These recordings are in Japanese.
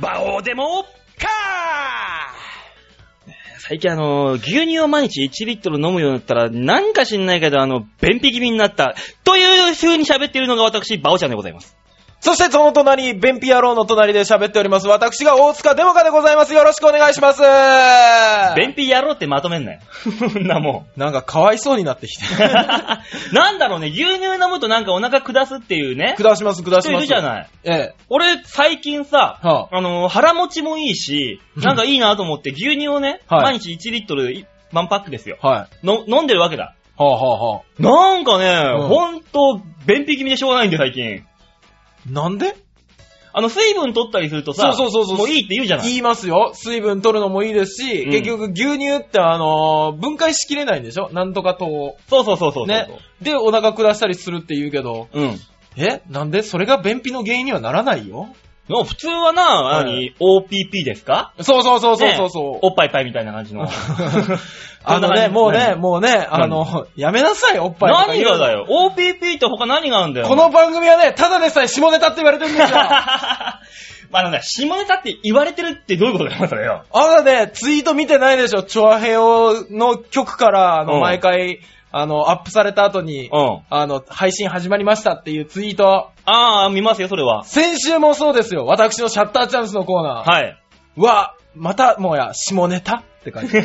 どうでもカ最近あの、牛乳を毎日1リットル飲むようになったら、なんか知んないけど、あの、便秘気味になった。という風に喋っているのが私、バオちゃんでございます。そしてその隣、便秘野郎の隣で喋っております。私が大塚デモカでございます。よろしくお願いします。便秘やろうってまとめんなよ。そんなもなんかかわいそうになってき て。ん。 なんだろうね、牛乳飲むとなんかお腹下すっていうね。下します、下し人いまるす。じゃない。ええ。俺、最近さ、はあのー、腹持ちもいいし、なんかいいなと思って牛乳をね、はい毎日1リットル、ワンパックですよ。あ、はい。の、飲んでるわけだ。はあ、はあ、はなんかね、うんほんと、便秘気味でしょうがないんで、最近。あ。なんであの、水分取ったりするとさ、そうそうそうそうもういいって言うじゃない。言いますよ。水分取るのもいいですし、うん結局牛乳ってあのー分解しきれないんでしょなんとか糖を。そうそうそうそうそう。ね。で、お腹下したりするって言うけど、うん。えなんでそれが便秘の原因にはならないよでも普通はな、は何い ?OPP ですかそうそうそうそうそうそう。おっぱいパイみたいな感じ の。あのね、そんな感じもうね、何もうね、あの、やめなさい、おっぱいとか何言うがの。だよ ?OPP って他何があるんだよこの番組はね、ただでさえ下ネタって言われてる んですよ。あまあなんだ、下ネタって言われてるってどういうことだよ、それよ。なたね、ツイート見てないでしょ、チョアヘオの曲から、あうんの、毎回、あの、アップされた後に、うん。あの、配信始まりましたっていうツイート。ああ、見ますよ、それは。先週もそうですよ、私のシャッターチャンスのコーナー。はい。うわ、また、もうや、下ネタって感じ。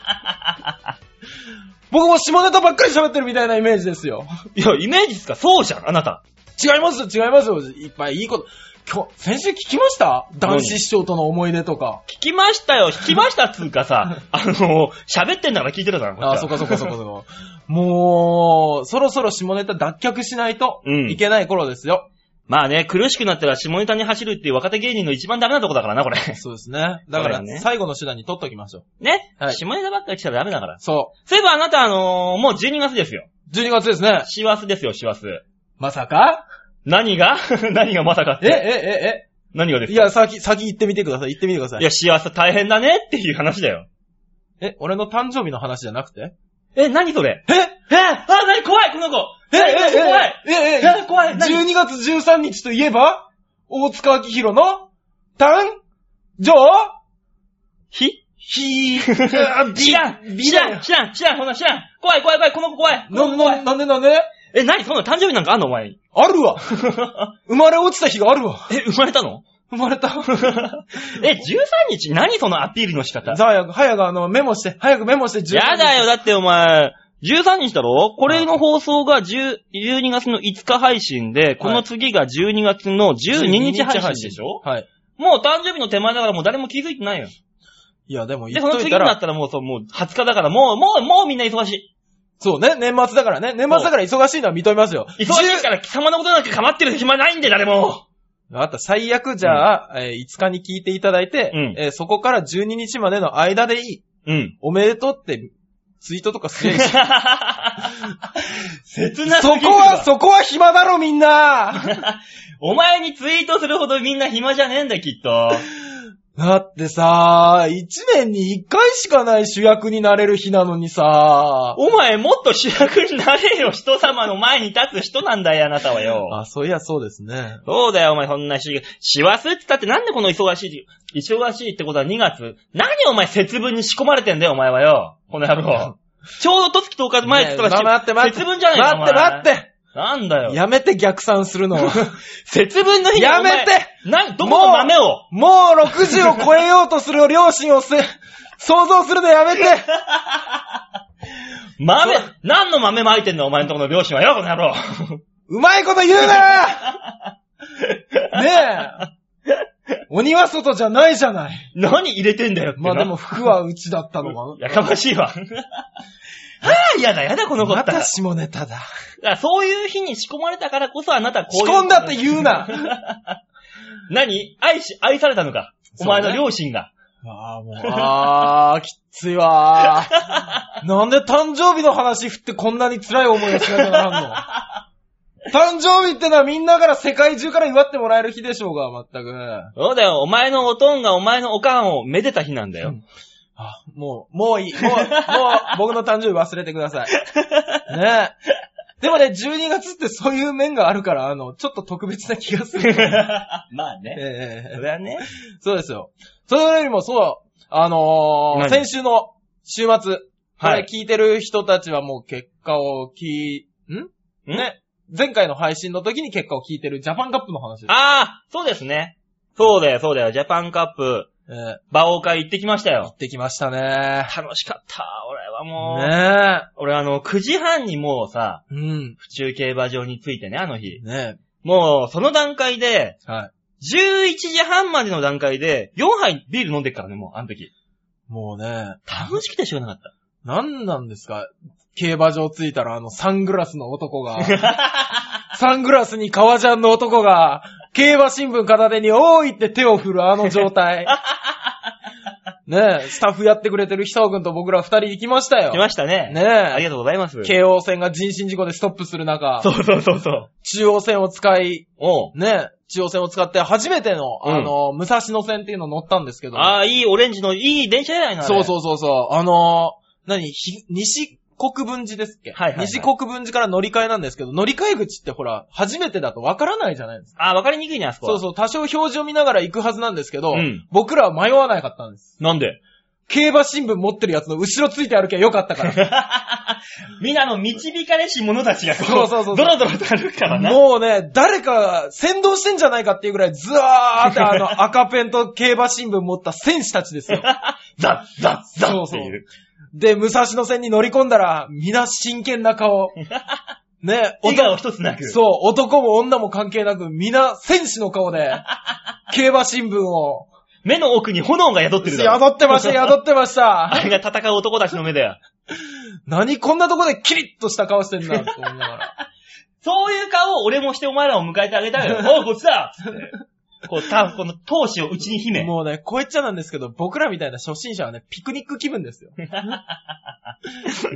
僕も下ネタばっかり喋ってるみたいなイメージですよ。いや、イメージっすかそうじゃん、あなた。違います違いますよ。いっぱいいいこと。今日、先週聞きました男子師匠との思い出とか。聞きましたよ、聞きましたっつうか さ、あの、喋ってんだから聞いてるだろ、こっちはあ、そっかそっかそっかそっか。もう、そろそろ下ネタ脱却しないとうんいけない頃ですよ。まあね、苦しくなったら下ネタに走るっていう若手芸人の一番ダメなとこだからな、こ れ。そうですね。だかそうだよらね、最後の手段に取っときましょう。ね、はい下ネタばっかり来たらダメだから。そそういえばあなた、あのーもう12月ですよ。う。12月ですね。師走ですよ、師走。まさか何が 何がまさかっえ、え、て。え、何がでえ。すいかや、先、先行ってみてください。行ってみてくださいい。や、幸せ大変だねっていう話だよ。え、俺の誕生日の話じゃなくてえ、何それええあ、何怖いこの子え、何え、え、怖いえ、え、え、何怖い何12月13日といえば、大塚明宏の、誕生ひ ひ知らんー、知らん知らん知らん知らんこんなの知らん怖い怖い怖いこの子怖いな、な、なんでなんでえ、何そんな誕生日なんかあんのお前に。ある わ生まれ落ちた日があるわえ、生まれたの生ま れたえ、13日何そのアピールの仕方早く、早くあの、メモして、早くメモして、13やだよ、だってお前、13日だろこれの放送が10 12月の5日配信で、この次が12月の12日配信でしょはい。もう誕生日の手前だからもう誰も気づいてないよ。いや、でもで、言そっのとい次たにならっ、たらもうそう、もう20日だからもう、もう、もうみんな忙しそうね、年末だからね、年末だから忙しいのは認めますよ。い。忙しいから貴様のことなんか構ってる暇ないんで、誰も。あった、最悪じゃあ、えー5日に聞いていただいて、うんえーそこから12日までの間でいい。うん。おめでとうって、ツイートとか すりゃいいし切なすそぎるこわは、そこは暇だろ、みんなお前にツイートするほどみんな暇じゃねえんだよ、きっと。だってさ、1年に1回しかない主役になれる日なのにさ、 お前もっと主役になれよ、人様の前に立つ人なんだよ、あなたはよ。あ、そういや、そうですね。そうだよ、お前、そんなし、しわすってだってなんでこの忙しい、忙しいってことは2月。何お前、節分に仕込まれてんだよ、お前はよ。この野郎。ちょうどとつき10日前って言ったねえら、待って待って。節分じゃないかお待って前待って。なんだよ。やめて逆算するのは。節分の日にやめてお前なん、どこの豆をもう60を超えようとする両親をせ、想像するのやめて。豆そう、何の豆撒いてんだ、お前のとこの両親はよ、この野郎。 うまいこと言うなねえ。鬼は外じゃないじゃない。何入れてんだよってな。まあでも服はうちだったのかな。 やかましいわ。はあ、嫌だ、嫌だ、この子まったら。た下ネタだ。だからそういう日に仕込まれたからこそあなたこうい仕う。込んだって言うな何愛し、愛されたのか。おそう前ねの両親が。ああ、もう、ああ、きっついわ ー。なんで誕生日の話振ってこんなに辛い思いをしなきゃならんの誕生日ってのはみんなから世界中から祝ってもらえる日でしょうが、まったく。そうだよ、お前のおとんがお前のおかんをめでた日なんだ よ。あ、 もう、もういい。もう、もう、僕の誕生日忘れてください。ねえ。でもね、12月ってそういう面があるから、あの、ちょっと特別な気がす る。まあえね。そえれはね。そうですよ。それよりもそう、あのー何先週の週末、こはれい。聞いてる人たちはもう結果を聞い、んね。前回の配信の時に結果を聞いてるジャパンカップの話です。ああ、そうですね。そうだよ、そうだよ。ジャパンカップ、ええ馬王会行ってきました行よ。ってきましたね。楽しかった。俺はもう、ね俺あの、9時半にもうさ、え。うん。府中競馬場に着いてね、あの日。ねもう、その段階で、え。はい。 11時半までの段階で、4杯ビール飲んでっからね、もう、あの時。もうね、楽しくてしょうがなかっなんなんですか競馬場着いたらあのサングラスの 男が、た。サングラスに革ジャンの男が、競馬新聞片手に、おーいって手を振るあの 状態。ねえ、スタッフやってくれてる久尾くんと僕ら二人行きましたよ。来ましたね。ねありえ。がとうございます。京王線が人身事故でストップする中そ、うそうそうそう。中央線を使い、おう。ねえ、中央線を使って初めての、うんあの、武蔵野線っていうの乗ったんですけど、ああ、いいオレンジのいい電車じゃないのそうう。そうそうそう、あのー、何、ひ西国分寺ですっけはいはいはい西国分寺から乗り換えなんですけど、乗り換え口ってほら、初めてだとわからないじゃないですかああ、わかりにくいね、あそこそは。うそう、多少表示を見ながら行くはずなんですけど、うん僕らは迷わなかったんです。なんで競馬新聞持ってるやつの後ろついて歩きゃよかった から。みんなあの、導かれし者たちがこそうそうそうドロドロと歩くからな。もうね、誰か先導してんじゃないかっていうぐらいずわーってあ の赤ペンと競馬新聞持った戦士たちですよ。ザッザッザそッうっそてういう。で、武蔵野線に乗り込んだら、皆真剣な 顔。ね、笑顔一つなく。そう、男も女も関係なく、皆戦士の顔で、 競馬新聞を、目の奥に炎が宿ってるだろ。宿ってました、宿ってました。あれが戦う男たちの目だよ。何こんなとこでキリッとした顔してんだって思いなが ら。そういう顔を俺もしてお前らを迎えてあげたいよ。おう、こっち だつってこう、た、この闘志を内に秘め。もうね、こう言っちゃなんですけど、僕らみたいな初心者はね、ピクニック気 分ですよ。ね、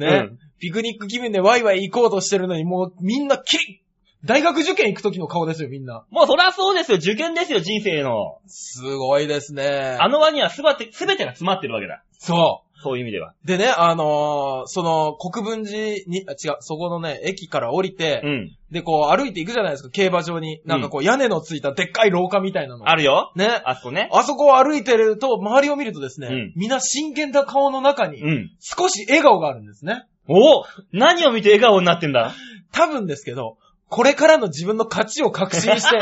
うんピクニック気分でワイワイ行こうとしてるのに、もうみんなキリッ大学受験行く時の顔ですよ、みんな。もうそりゃそうですよ。受験ですよ、人生の。すごいですねあの輪にはすばて、すべてが詰まってるわけだ。そそういう意味では。う。でね、あのーその、国分寺に、あ、違う、そこのね、駅から降りて、うん。で、こう歩いていくじゃないですか、競馬場に。なんかこう、屋根のついたでっかい廊下みたいなの。あるよ。ね。あそこね。あそこを歩いてると、周りを見るとですね、うんみんな真剣な顔の中うに、ん。少し笑顔があるんですね。お何を見て笑顔になってんだ多分ですけど、これからの自分の勝ちを確信 して、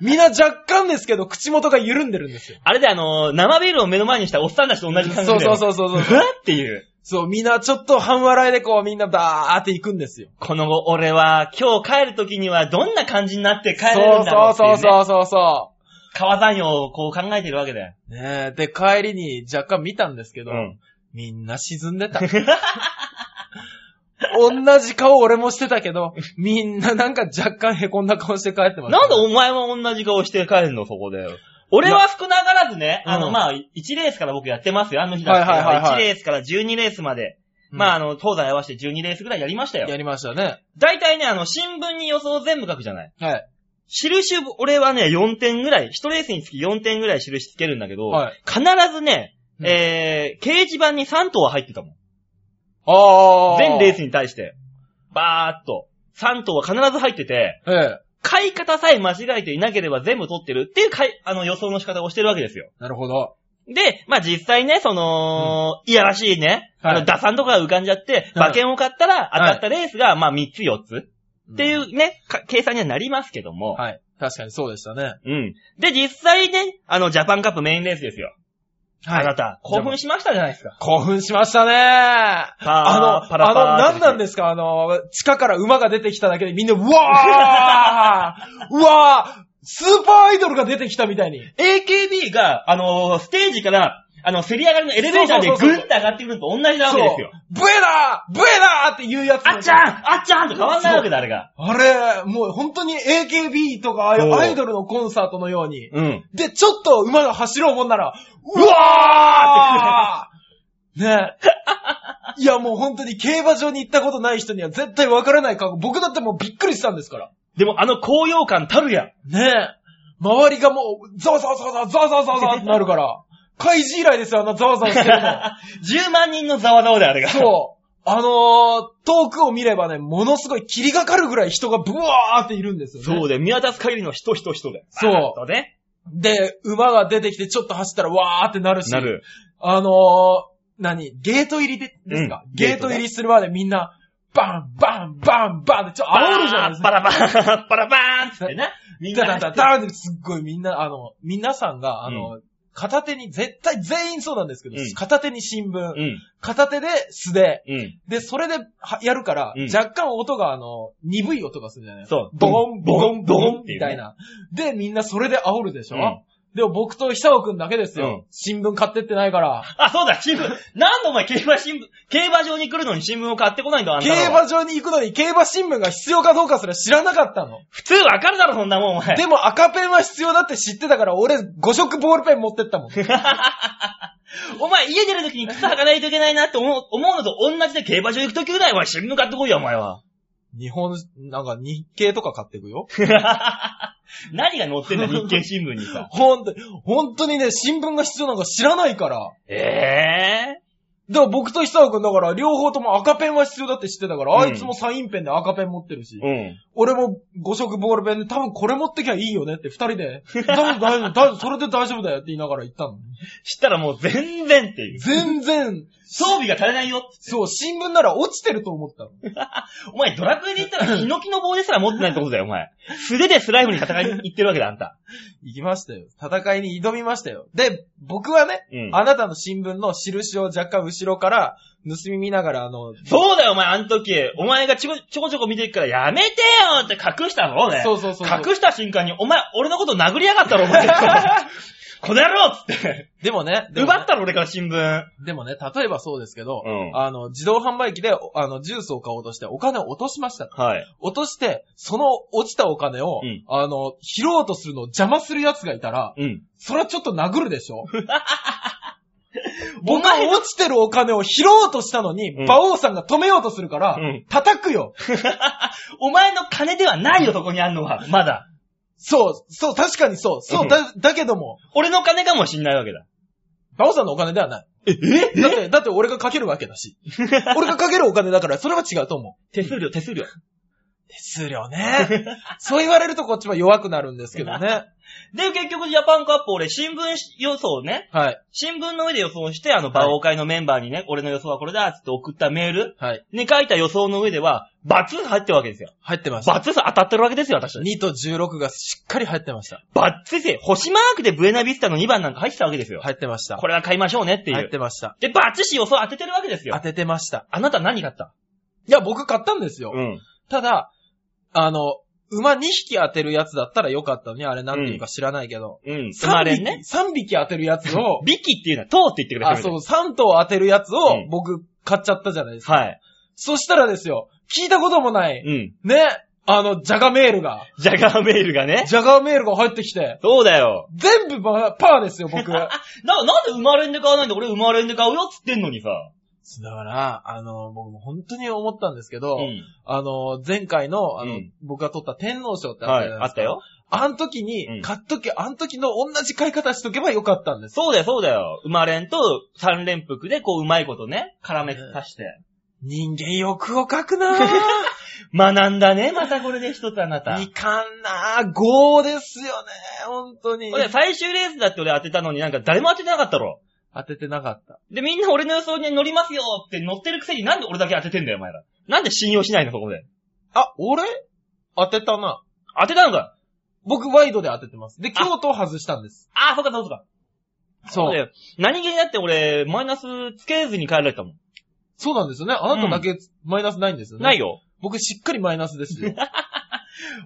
みんな若干ですけど、口元が緩んでるんですよ。あれであのー生ビールを目の前にしたおっさんたちと同じ感じそうで。そうう。そうそうふそう。わっていう。そう、みんなちょっと半笑いでこう、みんなバーって行くんですよ。この後、俺は、今日帰る時にはどんな感じになって帰れるそんうだろそううっていう、そね。うそうそうそ川山用をこう考えてるわけだよ。う。ねえ、で、帰りに若干見たんですけうど、ん。みんな沈んでた。 同じ顔俺もしてたけど、みんななんか若干凹んだ顔して帰ってました。なんでお前も同じ顔して帰るの、そこで。俺は少なからずね、うんあの、まあ、1レースから僕やってますよ、あの日だって。はいはいはいはい1レースから12レースまで。うんまあ、あの、東西合わせて12レースぐらいやりましたやよ。りましたね。大体ね、あの、新聞に予想全部書くじゃない。はい。印を、俺はね、4点ぐらい、1レースにつき4点ぐらい印つけるんだけど、はい必ずね、うんえー、掲示板に3頭は入ってたもん。ああ。全レースに。に対して。バーっと。3頭は必ず入ってて、ええ。買い方さえ間違えていなければ全部取ってるっていう買い、あの予想の仕方をしてるわけですよ。なるほど。で、まあ実際ね、その、いやらしいね、はいあの、打算とかが浮かんじゃって、うん馬券を買ったら当たったレースが、まあ3つ4つっていうん。うね、か計算にはなりますけども、はい。確かにそうでしたね。うん。で、実際ね、あの、ジャパンカップメインレースですよ。あなた、興奮しましたじゃないですか。興奮しましたね。ああの、あの、なんなんですかあの、地下から馬が出てきただけでみ んな、うわーうわースーパーアイドルが出てきたみたいに。 AKB が、あのーステージから、あの、せり上がりのエレベーターでぐそうそうそうそうっと上がってくるのと同じなわけですよ。ブエだーブエだーって言うやつ。あっちゃんあっちゃんと変わんないわけだ、あれが。あれ、もう本当に AKB とかああいそううアイドルのコンサートのように。うん。で、ちょっと馬が走ろうもんなら、うわーねえ。いやもう本当に競馬場に行ったことない人には絶対わからない感覚。僕だってもうびっくりしたんですから。でもあの高揚感たるや。ねえ。周りがもう、ザワザワザワザワザワザワザワってなるから。開示以来ですよ、あんなザワザワしてるの。 10万人のざわざわであれが。そう。あのー、遠くを見ればね、ものすごい霧がかるぐらい人がブワーっているんですよね。そうで、見渡す限りの人人人で。そうバーッとね。で、馬が出てきてちょっと走ったらわーってなるし。な。る。あのー、何ゲート入りで、ですか、うんゲート入りするまでみんな、バン、バン、バン、バンって、ちょ、煽るじゃないですパか。ラバーン、パラバーンっつってね。みん ダなダねダダーンって、すっごいみんな、あの、皆さんが、あの、片手に、絶対全員そうなんですけど、うん片手に新聞、うん、片手で素手、うん。で、それではやるから、うん若干音が、あの、鈍い音がするじゃないそうボゴン、ボゴン、ボボゴンゴン、っていうねみたいな。で、みんなそれで煽るでしょ、うんでも僕と久尾くんだけですよ、うん新聞買ってってないから。あ、そうだ、新聞。なんでお前競馬新聞、競馬場に来るのに新聞を買ってこないんだ、あんたらは競馬場に行くのに競馬新聞が必要かどうかすら知らなかったの。普通わかるだろ、そんなもん、お前。でも赤ペンは必要だって知ってたから、俺5色ボールペン持ってったもん。お前、家出るときに靴履かないといけないなって思う思うのと同じで競馬場行くときぐらい、お前、新聞買ってこいよ、お前は。日本、なんか日経とか買って くよ。何が載ってんだ、日経新聞にさ。ほんと、本当にね、新聞が必要なんか知らないから。ええだから僕と久尾くんだから、両方とも赤ペンは必要だって知ってたから、うんあいつもサインペンで赤ペン持ってるし、うん。俺も5色ボールペンで多分これ持ってきゃいいよねって二人で、多分大丈夫、大丈夫、それで大丈夫だよって言いながら言ったの。したらもう全然っていう。全然、装備が足りないよ。そう、新聞なら落ちてると思ったの。お前、ドラクエで言 ったら、ヒノキの棒ですら持ってないってことだよ、お前。素手でスライムに戦いに行ってるわけだ、あんた。行きましたよ。戦いに挑みましたよ。で、僕はね、うんあなたの新聞の印を若干後ろから盗み見ながら、あの、そうだよ、お前、あの時。お前がちょこちょこちょこ見てるから、やめてよって隠したのね。そうそうそうそう隠した瞬間に、お前、俺のこと殴りやがったろ、お前。 この野郎っつって。でもね、でもね奪ったろ、俺から新聞。でもね、例えばそうですけど、うんあの、自動販売機で、おあの、ジュースを買おうとしてお金を落としました。はい。落として、その落ちたお金を、うんあの、拾おうとするのを邪魔する奴がいたら、うん。それはちょっと殴る でしょお僕は前落ちてるお金を拾おうとしたのに、うん馬王さんが止めようとするから、うん叩くよ。お前の金ではないよ、そこにあんのは。まだ。そう、そう、確かにそう。そう、だ、だけども、俺の金かもしんないわけだ。バオさんのお金ではない。え、えだって、だって俺がかけるわけ だし。俺がかけるお金だから、それは違うと思う。手数料、手数料。手数料ね。そう言われるとこっちは弱くなるんですけど ね。で、結局、ジャパンカップ、俺、新聞予想をね、はい。新聞の上で予想して、あの、馬王会のメンバーにね、俺の予想はこれだ、つって送ったメールはい。に書いた予想の上では、バツー入ってるわけですよ。入ってました。バツー当たってるわけですよ、私たち。 2と16がしっかり入ってました。バッツー星マークでブエナビスタの2番なんか入ってたわけですよ。入ってました。これは買いましょうねってい入っう。てました。で、バツシ予想当ててるわけです当よ。ててました。あなた何買ったいや、僕買ったんですよ。ん。ただ、あの、馬2匹当てるやつだったらよかったのに、あれなんていうか知らないけど。うん。スマ3レ匹、ンね。、3匹当てるやつをビキっていうのは、トーって言ってくれあ、せめそう、て3頭当てるやつうをん僕買っちゃったじゃないですか。はい。そしたらですよ、聞いたこともない、うん。ね、あの、ジャガメールが、 ジャガーメールがね。ジャガメールが入ってきて、そうだよ。全部パパーですよ、僕。 だかな、なんで生まれんで買わないんだ俺生まれんで買うよっつってんのにさ。ら、あの、僕も本当に思ったんですけど、うん。あの、前回の、あの、うん僕が取った天皇賞ってあっはたい。じゃあなっいですか。たよ。あの時に、うん買っとけ、あの時の同じ買い方しとけばよかったんです。そうだよ、そうだよ。生まれんと三連服で、こう、うまいことね、絡めさして。人間欲を書くな ぁ。学んだね、またこれで一つあなた。いかんなぁ。豪ですよね、本当に。俺、最終レースだって俺当てたのになんか誰も当ててなかったろ。当ててなかった。で、みんな俺の予想に乗りますよって乗ってるくせになんで俺だけ当ててんだよ、お前ら。なんで信用しないの、そこで。あ、俺当てたな。当てたのか。僕、ワイドで当ててます。で、京都を外したんです。ああ、そうか、そうか。だ。よ。何気にだって俺、マイナスつけずに帰られたもん。そうなんですよね。あなただけマイナスないんですよね。ないよ。僕、しっかりマイナスですよ。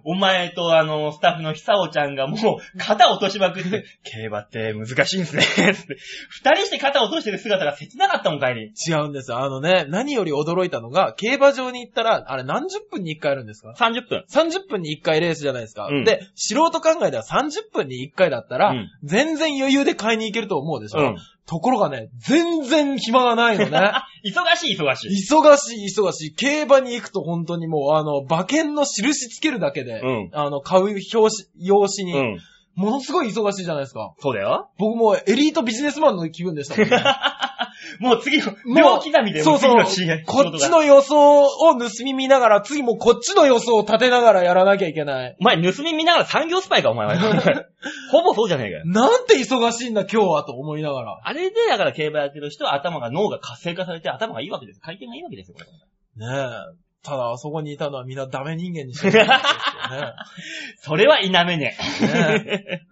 お前とあの、スタッフの久おちゃんがもう、肩落としまくって、競馬って難しいんすね、つって。二人して肩落としてる姿が切なかったもん、帰り。違うんですよ。あのね、何より驚いたのが、競馬場に行ったら、あれ何十分に1回あるんですか30分。 30分に1回レースじゃないですか。うんで、素人考えでは30分に1回だったら、うん全然余裕で買いに行けると思うでしょ、うんところがね、全然暇がないのね。 忙しい、忙しい。忙しい、忙しい。競馬に行くと本当にもう、あの、馬券の印つけるだけで、うんあの、買う表紙、用紙に、うん。ものすごい忙しいじゃないですか。そうだよ。僕もうエリートビジネスマンの気分でしたもんね。もう次の、もう秒刻みで、そうそうもう次の仕事がこっちの予想を盗み見ながら、次もこっちの予想を立てながらやらなきゃいけない。お前、盗み見ながら産業スパイか、お前は。 ほぼそうじゃねえかよ。なんて忙しいんだ今日はと思いながら。あれで、だから競馬やってる人は頭が、脳が活性化されて頭がいいわけです。回転がいいわけですよ、これ。 ねえ。ただ、あそこにいたのはみんなダメ人間にしかいないでそれは否めねすよね。ねええ。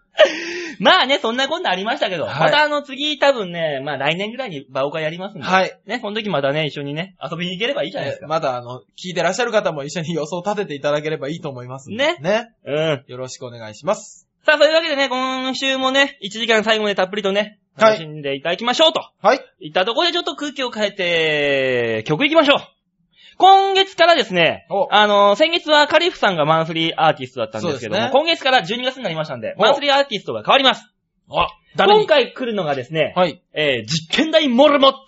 まあね、そんなこんなありましたけど、はいまたあの次多分ね、まあ来年ぐらいにバオカやりますん で、はい。ね、この時またね、一緒にね、遊びに行ければいいじゃないですか。まだ、あの、聞いてらっしゃる方も一緒に予想を立てていただければいいと思いますんで。ねね。うん。よろしくお願いします。さあ、そういうわけでね、今週もね、1時間最後までたっぷりとね、はい楽しんでいただきましょうと。はい。いったところでちょっと空気を変えて、曲行きましょう。今月からですねお、あの、先月はカリフさんがマンスリーアーティストだったんですけども、そうですね今月から12月になりましたんで、おマンスリーアーティストが変わります。あ、今回来るのがですね、はい。えー、実験台モルモット。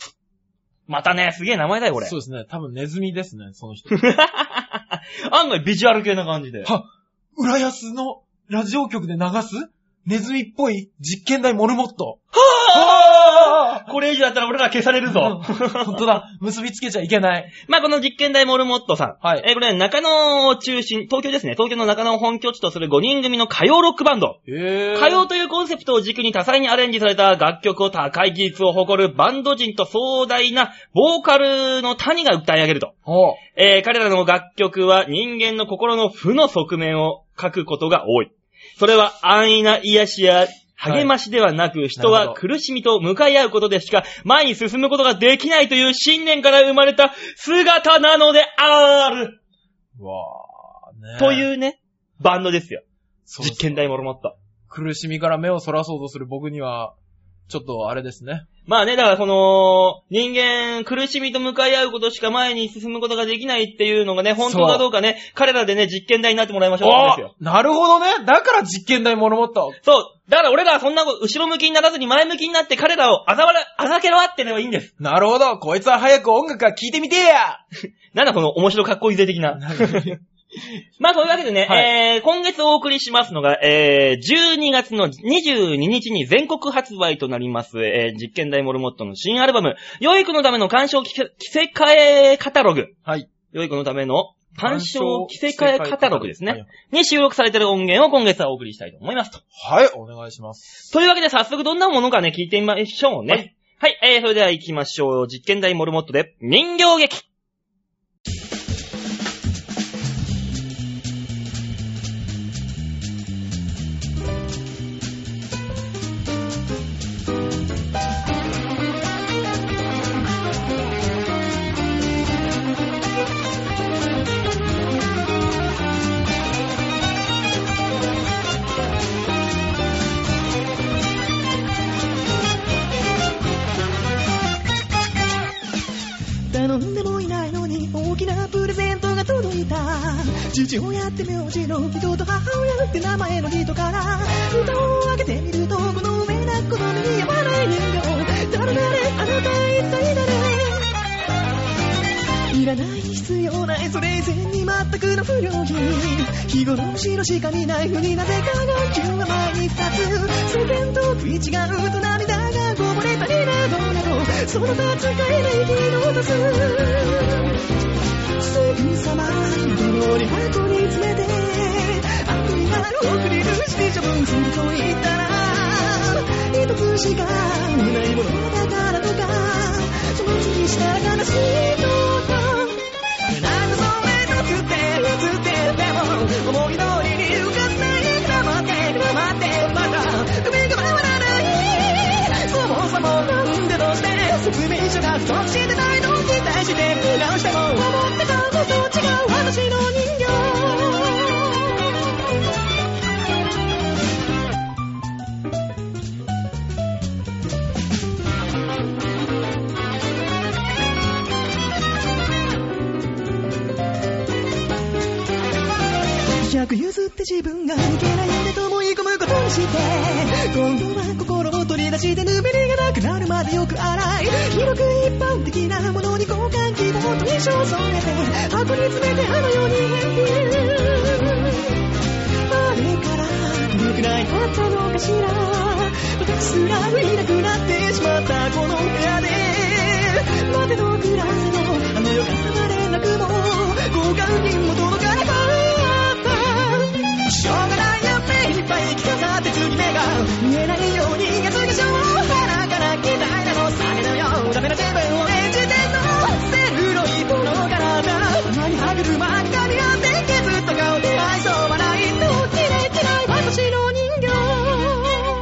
またね、すげえ名前だよ、これそ。うですね。多分ネズミですね、その人。 案外ビジュアル系な感じで。は、浦安のラジオ局で流すネズミっぽい実験台モルモット。はこれ以上だったら俺ら消されるぞ。ぁ本当だ。結びつけちゃいけない。 まあ、この実験台モルモットさん。はいえーこれ、中野を中心、東京ですね。東京の中野を本拠地とする5人組の歌謡ロックバンド。へ歌謡というコンセプトを軸に多彩にアレンジされた楽曲を高い技術を誇るバンド人と壮大なボーカルの谷が歌い上げると。ほう。えー彼らの楽曲は人間の心の負の側面を書くことが多い。それは安易な癒しや励ましではなく、人なるはほ苦しみと向かい合うことでしか前に進むことができないという信念から生まれた姿なのである、うわぁ、ね、といううね、バンドですよ。そう実験台もろもっと。苦しみから目をそらそうとする僕には、ちょっとあれですね。まあね、だからその、人間、苦しみと向かい合うことしか前に進むことができないっていうのがね、本当かどうかね、彼らでね、実験台になってもらいましょうと思うんですよ。おなるほどね。だから実験台モルモット。そう。だから俺らはそんなこと、後ろ向きにならずに前向きになって彼らをあざわら、あざけらわってればいいんです。なるほど。こいつは早く音楽が聴いてみてえやなんだこの面白かっこいいぜ的な。まあそういうわけでね、はいえー、今月お送りしますのが、えー、12月の22日に全国発売となります、えー、実験台モルモットの新アルバム、養育のための鑑賞着せ替えカタログ。はい。良い子のための鑑賞着せ替えカタログですね。。に収録されている音源を今月はお送りしたいと思いますと。はい、お願いします。というわけで早速どんなものかね、聞いてみましょうね。はい、えー、それでは行きましょう。実験台モルモットで人形劇。頼んでもいないのに大きなプレゼントが届いた父親って名字の人と母親って名前の人から蓋を開けてみるとこの上な好みに合わない人形誰誰あなた一体誰いらない必要ないそれ以前に全くの不良品日頃後ろしか見ないふになぜか眼球が前に二つ世間と食い違うと涙がこぼれたりなどなどその立ち返りに落とすすぐさま料理箱に詰めてあとは送り主に処分すると言ったら一つしかないものだからとかその次した悲しいことなんかそれとつって映ってても思い通りに浮かんないから待って待ってまた首が回らないそもそもなんでどうして説明書が不足してないのに対して見直しても思ってたのと違う私の人形100譲って自分がいけないんだと思い込むことにして今度は心を取り出してぬめりがなくなるまでよく洗い広く一般的なものに交換希望と印象を添えて箱に詰めてあのように返品あれから良くないだったのかしら私すらいなくなってしまったこの部屋で待てど暮らせどあの夜朝まで泣くも交換金も届かなかったしょうがないよ目いっぱい着飾って次目が見えないようにやつがしょうはなから期待なの酒のようダメな自分を演じてのセルロイドの体たまに歯車に噛み合って削った顔で愛想はないとキレキレ私の人形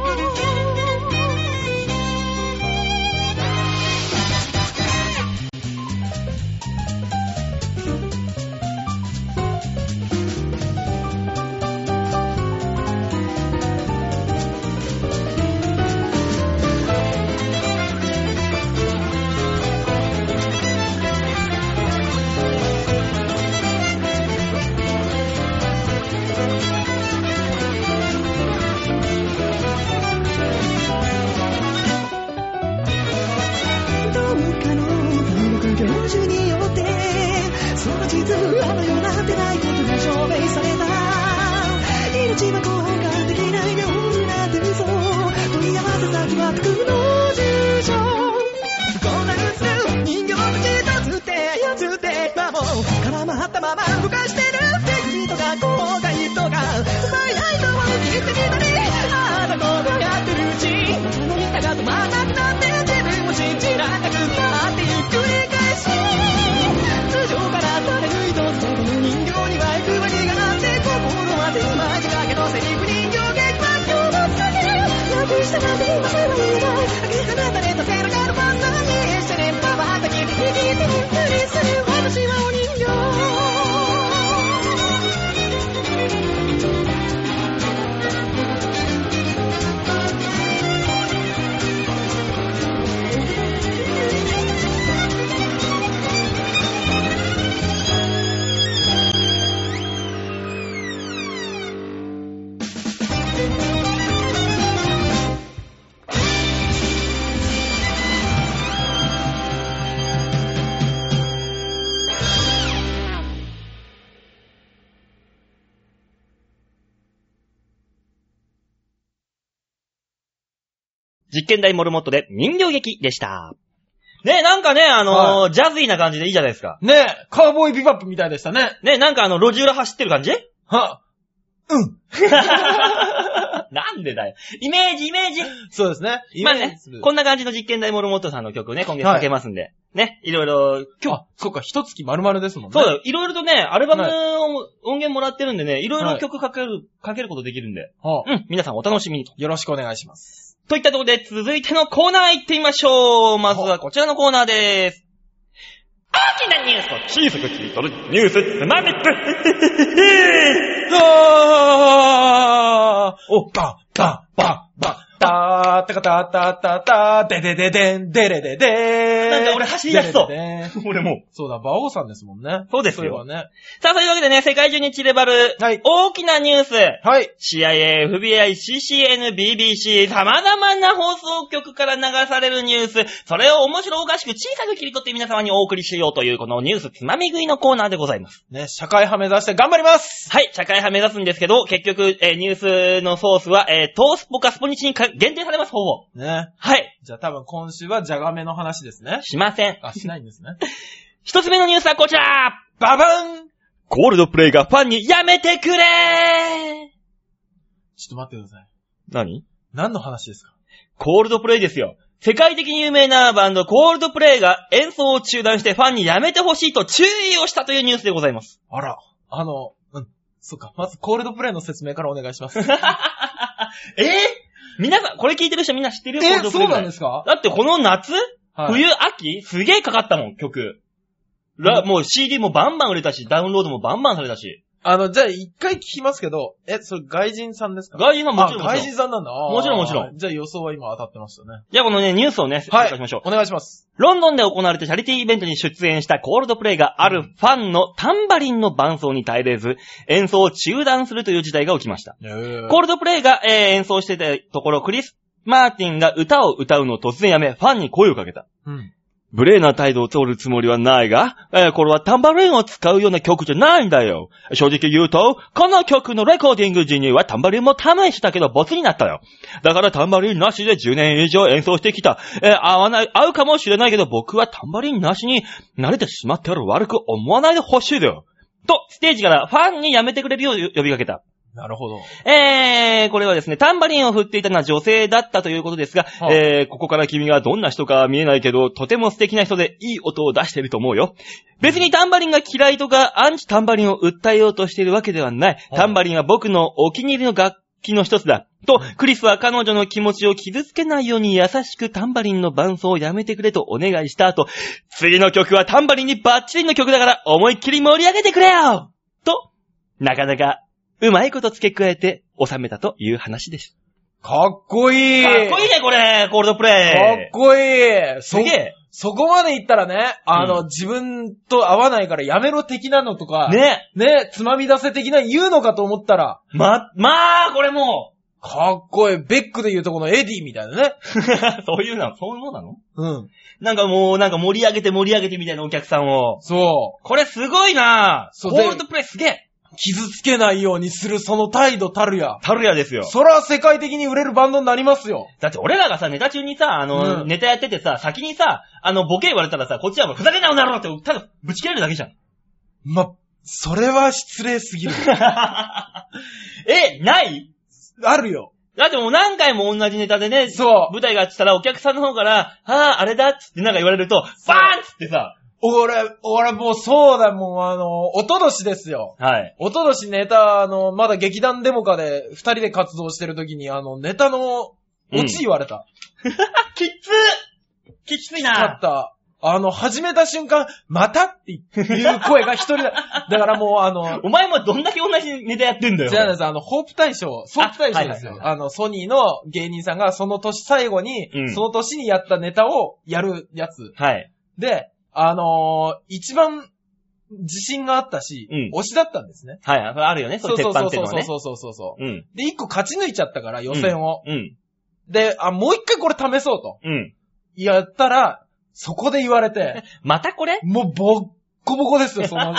どうかの単独教授によってその実あのようなってないことが証明された命は効果的なようになってみそう問い合わせ先は特の住所混乱する人形の一つって操って今も絡まったまま動かしてる敵とか後悔とかうまいないとは聞いてみたりああだこうだやってるうちその板が止まんなくなって自分を信じられなくなってゆっくり返し通常から誰抜いとその人形には行くわけがなって心は手間にかけどセリフ人形劇は今日もつけなくしたなんて今すぐにいない明け放たれた背中のパンダに一緒にまばたきで握ってゆっくりする私はお人形実験台モルモットで人形劇でした。ねえ、なんかね、あのーはジャズイな感じでいいじゃないですか。ねえ、カウボーイビバップみたいでしたね。ねえ、なんかあの、路地裏走ってる感じは、うん。 なんでだよ。イメージ、イメージ。そうですね。まあねイメージ、こんな感じの実験台モルモットさんの曲をね、今月かけますんで。ね、いろいろ、今日、あ、そっか、一月丸々ですもんね。そうだよ、いろいろとね、アルバムをは音源もらってるんでね、いろいはろい曲かける、かけることできるんで。はあうん、皆さんお楽しみにと。よろしくお願いします。といったところで、続いてのコーナー行ってみましょう。まずはこちらのコーナーでーす。大きなニュースと小さく切り取るニュースつまみくあーお、ば、ば、ば、ば、たー、たかたたたた、ででででん、でれででーなんか俺走り出しそうでれででーん俺もう。そうだ、馬王さんですもんね。そうですよいえばね。さあ、そういうわけでね、世界中に散ればる、はい大きなニュース。はい。 CIA、FBI、CCN、BBC、様々な放送局から流されるニュース、それを面白おかしく小さく切り取って皆様にお送りしようというこのニュースつまみ食いのコーナーでございます。ね、社会派目指して頑張りますはい、社会派目指すんですけど、結局、えーニュースのソースは、えー、トースポかスポニチにか限定されます、ほぼ。ね。はい、じゃあ多分今週はじゃがめの話ですね。しません。あ、しないんですね。一つ目のニュースはこちらババンコールドプレイがファンにやめてくれーちょっと待ってください。何何の話ですかコールドプレイですよ。世界的に有名なバンド、コールドプレイが演奏を中断してファンにやめてほしいと注意をしたというニュースでございます。あら、あの、うん。そっか、まずコールドプレイの説明からお願いします。え皆さん、これ聞いてる人みんな知ってるコールドえ、プレそイうぐらないんですか、だってこの夏、はい冬、秋、すげえかかったもん、曲。ら、うもう CD もバンバン売れたし、ダウンロードもバンバンされたし。あの、じゃあ一回聞きますけど、え、それ外人さんですか外 人はもちろんあも外ちろん。人さんなんだ。あーもちろんもちろ。じゃあ予想は今当たってましたね。じゃあこのね、ニュースをね、紹は介い。しましょう。お願いします。ロンドンで行われたチャリティーイベントに出演したコールドプレイがあるファンのタンバリンの伴奏に耐えれず、演奏を中断するという事態が起きました。えーコールドプレイが、えー演奏してたところ、クリス・マーティンが歌を歌うのを突然やめ、ファンに声をかけた。うん。無礼な態度を取るつもりはないが、えーこれはタンバリンを使うような曲じゃないんだよ。正直言うと、この曲のレコーディング時にはタンバリンも試したけどボツになったよ。だからタンバリンなしで10年以上演奏してきた。えー合わない、合うかもしれないけど僕はタンバリンなしに慣れてしまっておる悪く思わないでほしいだよ。と、ステージからファンにやめてくれるよう呼びかけた。なるほど。えー、これはですね、タンバリンを振っていたのは女性だったということですが、はあえー、ここから君がどんな人かは見えないけど、とても素敵な人でいい音を出していると思うよ。別にタンバリンが嫌いとか、アンチタンバリンを訴えようとしているわけではない。はあタンバリンは僕のお気に入りの楽器の一つだ。と、クリスは彼女の気持ちを傷つけないように優しくタンバリンの伴奏をやめてくれとお願いした後、次の曲はタンバリンにバッチリの曲だから思いっきり盛り上げてくれよと、なかなかうまいこと付け加えて収めたという話です。かっこいい。かっこいいね、これ、コールドプかっレイ。こいい。そすげえ。そこまで行ったらね、あの、うん自分と合わないからやめろ的なのとか、ね。ね、つまみ出せ的な言うのかと思ったら、ま、まあ、これもかっこいい。ベックで言うとこのエディみたいなね。う、 そういうの、そういうものなのうん。なんかもう、なんか盛り上げて盛り上げてみたいなお客さんを。そこれすごいなぁ。そうコでールドプレイすげえ。う。傷つけないようにするその態度たるや。タルヤですよ。そら世界的に売れるバンドになりますよ。だって俺らがさ、ネタ中にさ、あの、うんネタやっててさ、先にさ、あの、ボケ言われたらさ、こっちはもうふざけんなよなろって、ただぶち切れるだけじゃん。 ま、それは失礼すぎる。え、ないあるよ。だってもう何回も同じネタでね、そう。舞台があってたらお客さんの方から、ああ、あれだっつってなんか言われると、バーンっつってさ、俺、俺もうそうだ、もうあの、おととしですよ。はい。おととしネタ、あの、まだ劇団デモカで二人で活動してる時に、あの、ネタの、オチ言われた。きっつきついだっなた。あの、始めた瞬間、またっていう声が一人だ。だからもうあの、お前もどんだけ同じネタやってんだよ。じゃあです、あの、ホープ大賞、ソープ大賞ですあはいはいよは。いあの、ソニーの芸人さんがその年最後に、うんその年にやったネタをやるやつ。はい。で、あのー一番自信があったし、うん推しだったんですね。はい。あるよね、そういう鉄板っていうのはそうね。そうそうそうそう。うん。で、一個勝ち抜いちゃったから、予選を。うん。で、あ、もう一回これ試そうと。うん。やったら、そこで言わ れて、またこれもうボッコボコですよ、そ の、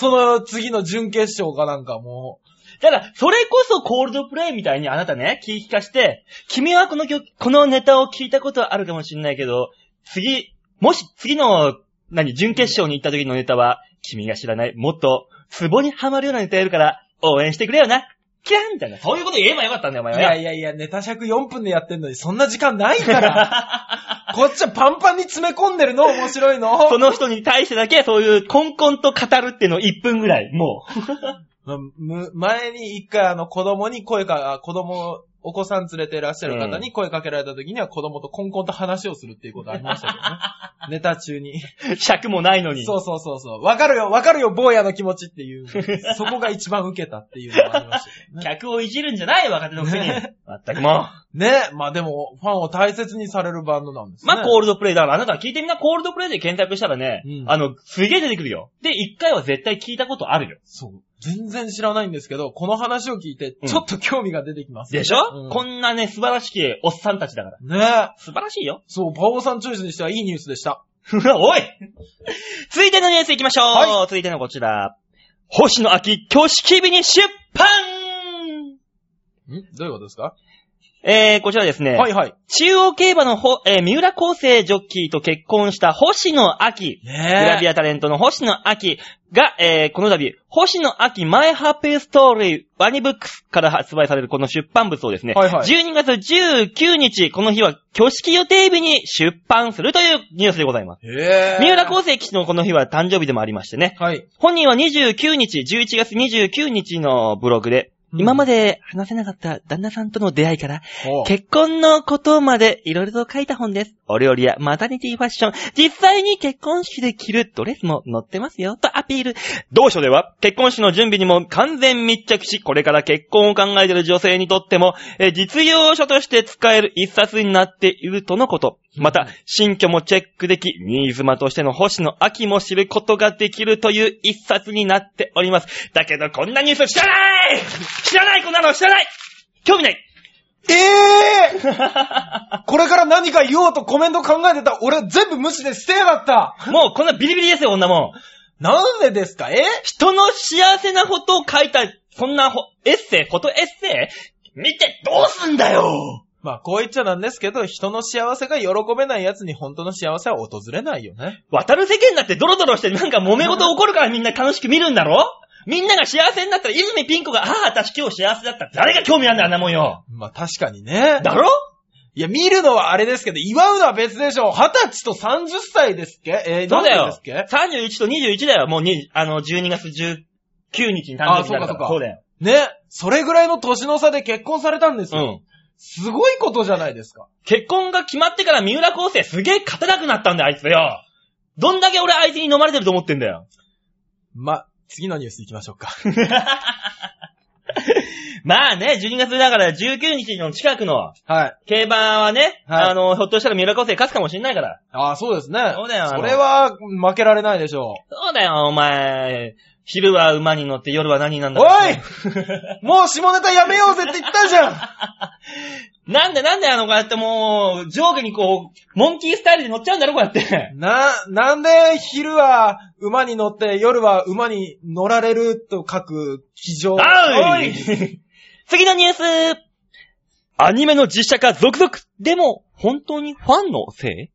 その次の準決勝かなんかもだから、それこそコールドプレイみたいにあなたね、聞き聞かして、君はこの曲、このネタを聞いたことはあるかもしれないけど、次、もし次の、何、準決勝に行った時のネタは、君が知らない、もっと、ツボにはまるようなネタやるから、応援してくれよな。キランみたいな。そういうこと言えばよかったんだよ、おう、前いは。やいやいや、ネタ尺4分でやってんのに、そんな時間ないから。 こっちはパンパンに詰め込んでるの、面白いの。その人に対してだけ、そういう、コンコンと語るっていうのを1分ぐらい、もう。む前に一回あの子供に声か、あ子供、お子さん連れてらっしゃる方に声かけられた時には子供とコンコンと話をするっていうことありましたけどね。 ネタ中に。尺もないのに。そうそうそうそう。わかるよ、わかるよ、坊やの気持ちって いう。そこが一番受けたっていうのがありましたけどね。客をいじるんじゃない、若手のくせに。 まったくもう。ね、まあでも、ファンを大切にされるバンドなんですね。まあ、コールドプレイ。だからあなた聞いてみな、コールドプレイで検索したらね、うんあの、すげえ出てくるよ。で、一回は絶対聞いたことあるよ。そう。全然知らないんですけど、この話を聞いて、ちょっと興味が出てきます、でしょ、うんこんなね、素晴らしきおっさんたちだから。ね。素晴らしいよ そう、パオさんチョイスにしてはいいニュースでした。おい続いてのニュース行きましょう、は続いてのこちら。星野秋、挙式日に出版んどういうことですか、えー、こちらですね。はいはい。中央競馬のほ、えー、三浦康生ジョッキーと結婚した星野秋。ねグラビアタレントの星野秋が、えーこの度、星野秋マイハッピーストーリーワニブックスから発売されるこの出版物をですね、はいはい12月19日、この日は挙式予定日に出版するというニュースでございます。へぇ三浦康生騎士のこの日は誕生日でもありましてね、はい。本人は29日、11月29日のブログで、うん今まで話せなかった旦那さんとの出会いから、おう結婚のことまでいろいろと書いた本です。お料理やマタニティファッション、実際に結婚式で着るドレスも載ってますよ、とアピール。同書では、結婚式の準備にも完全密着し、これから結婚を考えている女性にとっても、えー実用書として使える一冊になっているとのこと。また、新居もチェックでき、新妻としての星野秋も知ることができるという一冊になっております。だけど、こんなニュース知らない知らないこんなの知らない興味ないええ ー、これから何か言おうとコメント考えてた俺全部無視で捨てやがったもうこんなビリビリですよ、女もん。なんでですかえ人の幸せなことを書いた、そんなほエッセイ、フォトエッセイ見てどうすんだよまあこう言っちゃなんですけど、人の幸せが喜べない奴に本当の幸せは訪れないよね。渡る世間だってドロドロしてなんか揉め事起こるからみんな楽しく見るんだろみんなが幸せになったら泉ピン子が、ああ、私今日幸せだった。誰が興味あんだよ、あんなもんよ。まあ確かにね。だろいや、見るのはあれですけど、祝うのは別でしょ。二十歳と30歳ですっけえー、そうだよ何歳で31すっ。と21だよ。もうに、あの、12月19日に誕生日になるから。あそうかそうかそうだよ。けね。それぐらいの年の差で結婚されたんですうよ。ん。すごいことじゃないですか。結婚が決まってから三浦康生すげえ勝てなくなったんだよ、あいつよ。どんだけ俺あいつに飲まれてると思ってんだ よ。ま、次のニュース行きましょう か。まあね、12月だから19日の近くのはい。競馬はね、はいあの、ひょっとしたら三浦康生勝つかもしんないから。ああ、そうですね。そうだよあのそれは、負けられないでしょそうだよ、お前。昼は馬に乗って夜は何なんう。だおいもう 下ネタやめようぜって言ったじゃん なんでなんであの、こうやってもう、上下にこう、モンキースタイルで乗っちゃうんだろ、こうやって。な、なんで、昼は馬に乗って、夜は馬に乗られると書く記上。あおうい次のニュースアニメの実写化続々でも、本当にファンのせ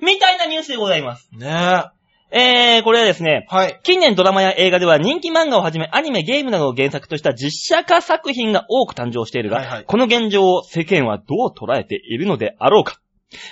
いみたいなニュースでございます。 ねえ。はえー、これはですね、い。近年ドラマや映画では人気漫画をはじめアニメ、ゲームなどを原作とした実写化作品が多く誕生しているが、はいはいこの現状を世間はどう捉えているのであろうか。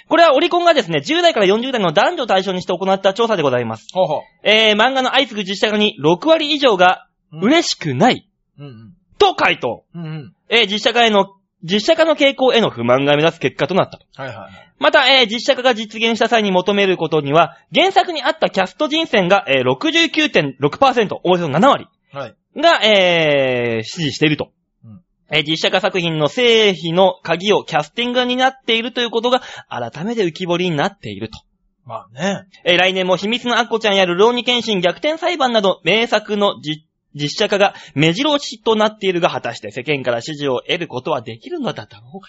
これはオリコンがですね、10代から40代の男女を対象にして行った調査でございます。ほうほう。えー、漫画の相次ぐ実写化に6割以上が嬉しくないうんと回答。うん。うんうん。えー実写化への、実写化の傾向への不満が目立つ結果となった。はいはいはい。また、えー実写化が実現した際に求めることには、原作にあったキャスト人選が、えー、69.6%、およそ7割はい。が、えー支持していると。うんえー実写化作品の成否の鍵をキャスティングになっているということが、改めて浮き彫りになっていると。まあね。ええー来年も秘密のアッコちゃんやる浪人剣心逆転裁判など名作のじ実写化が目白押しとなっているが、果たして世間から支持を得ることはできるのだろうか。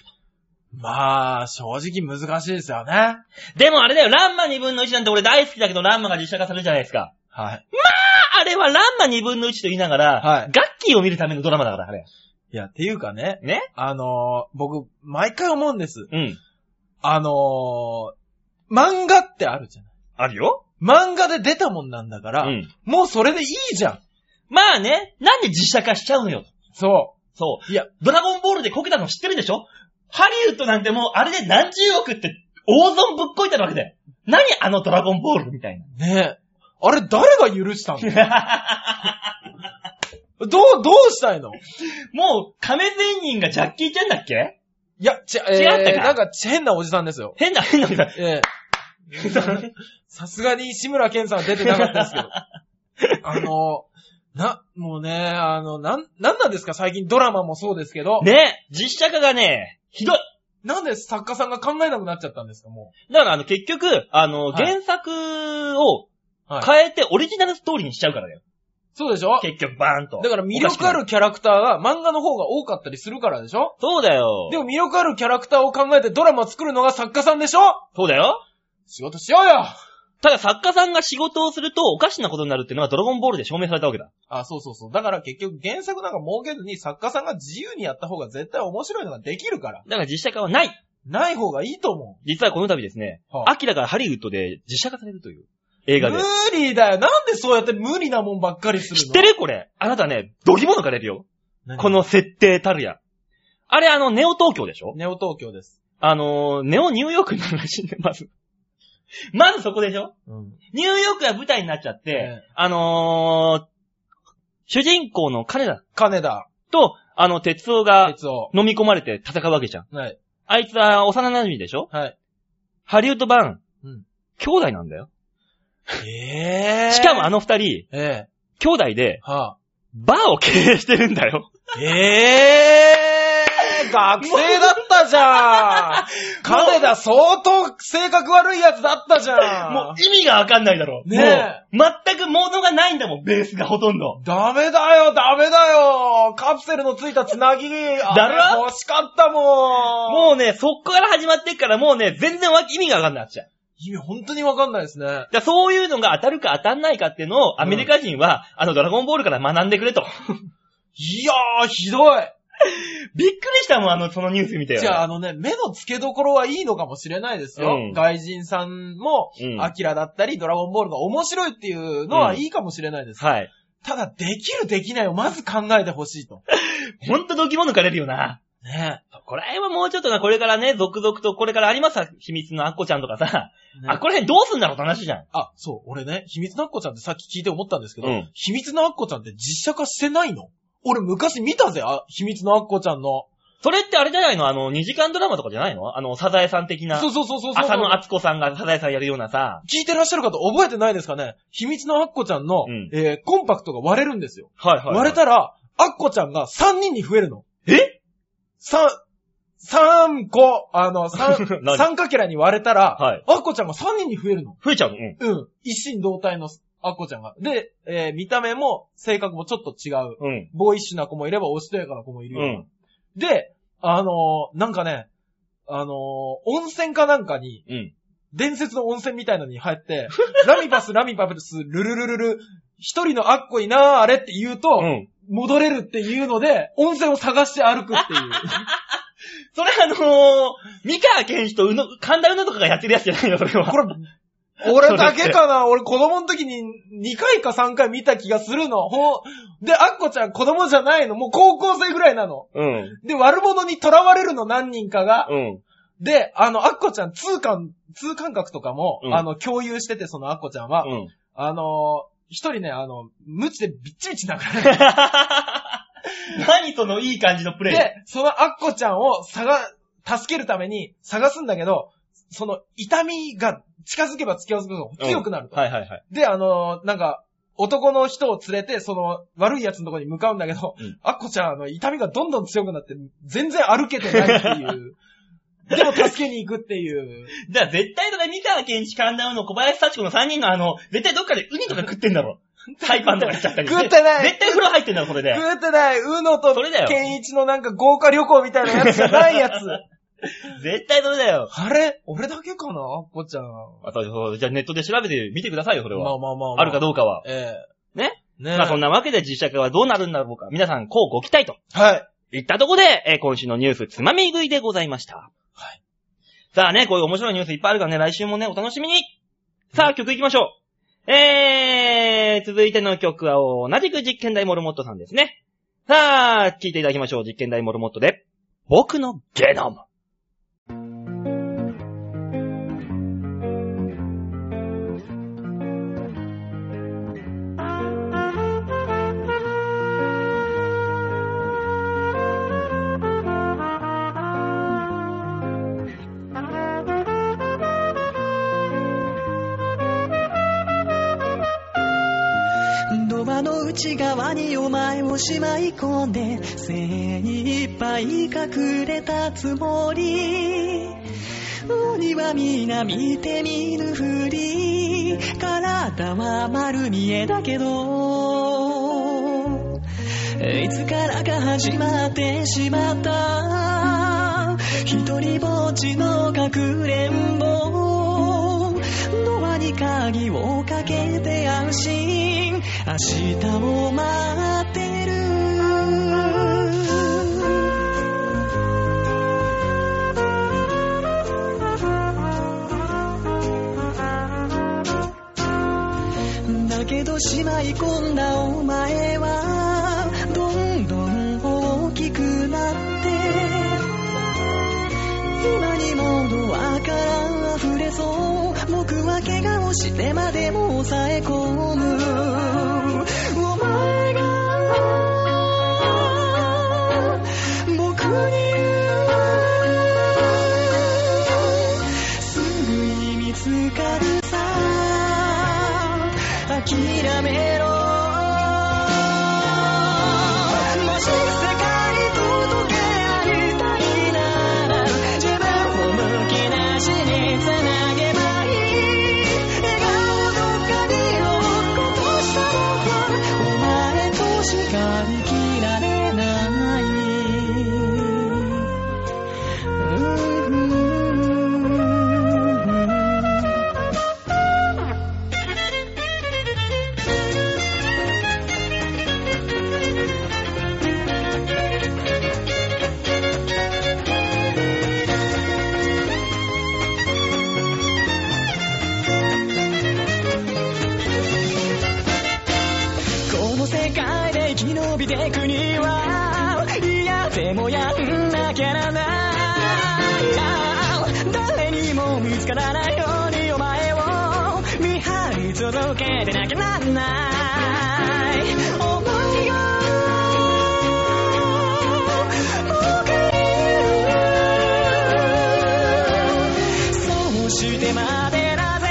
まあ、正直難しいですよね。でもあれだよ、ランマ2分の1なんて俺大好きだけど、ランマが実写化されるじゃないですか。はい。ああれはランマ2分の1と言いながら、はいガッキーを見るためのドラマだから、あれ。いや、っていうかね、ねあのー僕、毎回思うんです。うん。あのー漫画ってあるじゃない。あるよ。漫画で出たもんなんだかうら、ん。もうそれでいいじゃん。まあね、なんで実写化しちゃうのよ。そ。そういや、う。ドラゴンボールでこけたの知ってるでしょハリウッドなんてもう、あれで何十億って、大損ぶっこいてるわけだよ。何あのドラゴンボールみたいな。ねえ。あれ、誰が許 したのどう、どうしたいのもう、亀仙人がジャッキーちゃんだっけいや、ち、えー、違ったかなんか、変なおじさんですよ。変な、変なおじさん。ええ さすがに志村けんさんは出てなかったです けど。あの、な、もうね、あの、なん、なんなんですか最近ドラマもそうですけど。ね、実写化がね、ひどい。なんで作家さんが考えなくなっちゃったんですかもだからあの、結局、あの、はい原作をう。はい。変えてオリジナルストーリーにしちゃうからだよ。そうでしょ結局、バーンと。だから魅力あるキャラクターが漫画の方が多かったりするからでしょそうだよ。でも魅力あるキャラクターを考えてドラマ作るのが作家さんでしょそうだよ。仕事しようよただ作家さんが仕事をするとおかしなことになるっていうのはドラゴンボールで証明されたわけだ。あ、そうそうそう。だから結局原作なんか儲けずに作家さんが自由にやった方が絶対面白いのができるから。だから実写化はない。ない方がいいと思実はこの度ですね、う。アキラがハリウッドで実写化されるという映画で無。理だよ。なんでそうやって無理なもんばっかりするの知ってるこれ。あなたね、ドギモ抜かれるよ。何この設定たるや。あれあの、ネオ東京でしょネオ東京です。あのー、ネオニューヨークになるらしいんで、まず。 まずそこでしょうん。ニューヨークが舞台になっちゃって、えあのー、主人公の彼ら金田、と、あの、鉄夫が哲夫。飲み込まれて戦うわけじゃん。はい。あいつは幼馴染でしょはい。ハリウッド版、うん兄弟なんだよ。ええしかもあの、の二人、ええ兄弟で、はバーを経営してるんだよ。あ、ええ学生だったじゃん金田相当性格悪いやつだったじゃんもう意味がわかんないだろ。ねえもう全く物がないんだもん、ベースがほとんど。ダメだよ、ダメだよカプセルのついたつなぎ、だあれろ欲しかったもんもうね、そこから始まってっからもうね、全然わ意味がわかんなくなっちゃう。意味本当にわかんないですね。だからそういうのが当たるか当たんないかっていうのを、アメリカ人は、あの、ドラゴンボールから学んでくれと。 いやー、ひどいびっくりしたもん、あの、そのニュース見て。じゃあ、あのね、目の付けどころはいいのかもしれないですよ。うん外人さんも、うんアキラだったり、ドラゴンボールが面白いっていうのはいいかもしれないです。はい。ただ、できるできないをまず考えてほしいと。ほんと度肝抜かれるよな。ねこれはもうちょっとな、これからね、続々と、これからありますさ秘密のアッコちゃんとかさ。ねあ、これどうすんだろうって話じゃん。あ、そう、俺ね、秘密のアッコちゃんってさっき聞いて思ったんですけど、うん秘密のアッコちゃんって実写化してないの俺昔見たぜ、あ、秘密のアッコちゃんの。それってあれじゃないのあの、2時間ドラマとかじゃないのあの、サザエさん的な。そうそうそうそうそう。浅野敦子さんがサザエさんやるようなさ。聞いてらっしゃる方覚えてないですかね秘密のアッコちゃんの、うんえーコンパクトが割れるんですよ。はいはい、割れたら、アッコちゃんが3人に増えるの。え三、三個、あ の、三何、三かけらに割れたら、はいアッコちゃんが3人に増えるの。増えちゃうのうん。うん。一心同体のアッコちゃんが。で、えー見た目も性格もちょっと違う。うん。ボーイッシュな子もいれば、おしとやかな子もいるよ。うん。で、あのーなんかね、あのー温泉かなんかに、うん。伝説の温泉みたいのに入 って、ラミパス、ラミパス、ルルルルル、一人のアッコいなーあれって言うと、うん。戻れるっていうので、温泉を探して歩くっていう。それあのー、三河健士とうの、神田うのとかがやってるやつじゃないの、それは。 これ、俺だけか な俺子供の時に2回か3回見た気がするの。ほうで、アッコちゃん子供じゃないの。もう高校生ぐらいなの。うん。で、悪者に囚われるの何人かが。うん。で、あの、アッコちゃん通感、通感覚とかも、うんあの、共有してて、そのアッコちゃんは、うん。あのー一人ね、あの、無知でびっちびち殴られて 何そのいい感じのプレイ。で、そのアッコちゃんを探、助けるために探すんだけど、その痛みが近づけば近づくほど強くなると。はいはいはい。で、あのーなんか、男の人を連れて、その、悪い奴のとこに向かうんだけど、うんアッコちゃん、あの、痛みがどんどん強くなって、全然歩けてないっていう。 でも助けに行くっていう。じゃあ絶対とか三河健士、神田うの、小林幸子の3人のあの、絶対どっかでウニとか食ってんだろ。サイパンとかしちゃったり食ってない絶対風呂入ってんだろ、それで。食うてない、うのとそれだよ、ケンイチのなんか豪華旅行みたいなやつじゃないや つ。絶対それだよ。あれ俺だけかなアッコちゃん。あそうそうじゃあネットで調べてみてくださいよ、それまあは。まあまあ、まあ。あるかどうかは。ええねねまあそんなわけで実写化はどうなるんだろうか。皆さん、こうご期待と。はい。いったとこで、えー今週のニュース、つまみ食いでございました。はい。さあね、こういう面白いニュースいっぱいあるからね、来週もね、お楽しみにさあ、曲行きましょう。えー、続いての曲は、同じく実験台モルモットさんですね。さあ、聴いていただきましょう。実験台モルモットで、僕のゲノム。ドアの内側にお前をしまい込んで精一杯隠れたつもり鬼は皆見て見ぬふり体は丸見えだけどいつからか始まってしまった一人ぼっちのかくれんぼドアに鍵をかけて安心明日を待ってるだけどしまい込んだお前はどんどん大きくなって今にもドアから溢れそう僕は怪我をしてまでも抑え込むお前が僕に言うすぐに見つかるさ諦めろもし世界と溶け合いたいなら自分をむき出しにつなげばいい笑顔どっかに落っことし忍びてくにはいやでもやんなきゃならない誰にも見つからないようにお前を見張り続けてなきゃならない思いが僕にそうしてまでだぜ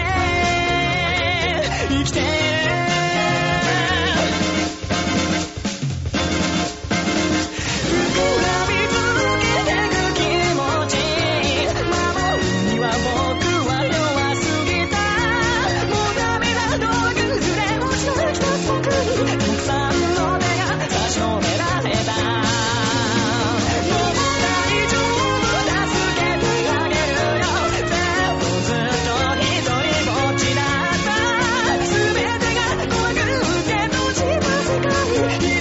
生きて膨らみ続けてく気持ち守るには僕は弱すぎたもうダメだどう崩れ落ちたきた僕にたくさんの手が差し伸べられたもう大丈夫助けてあげるよでもずっと一人ぼっちだった全てが怖くて閉じた世界一人きり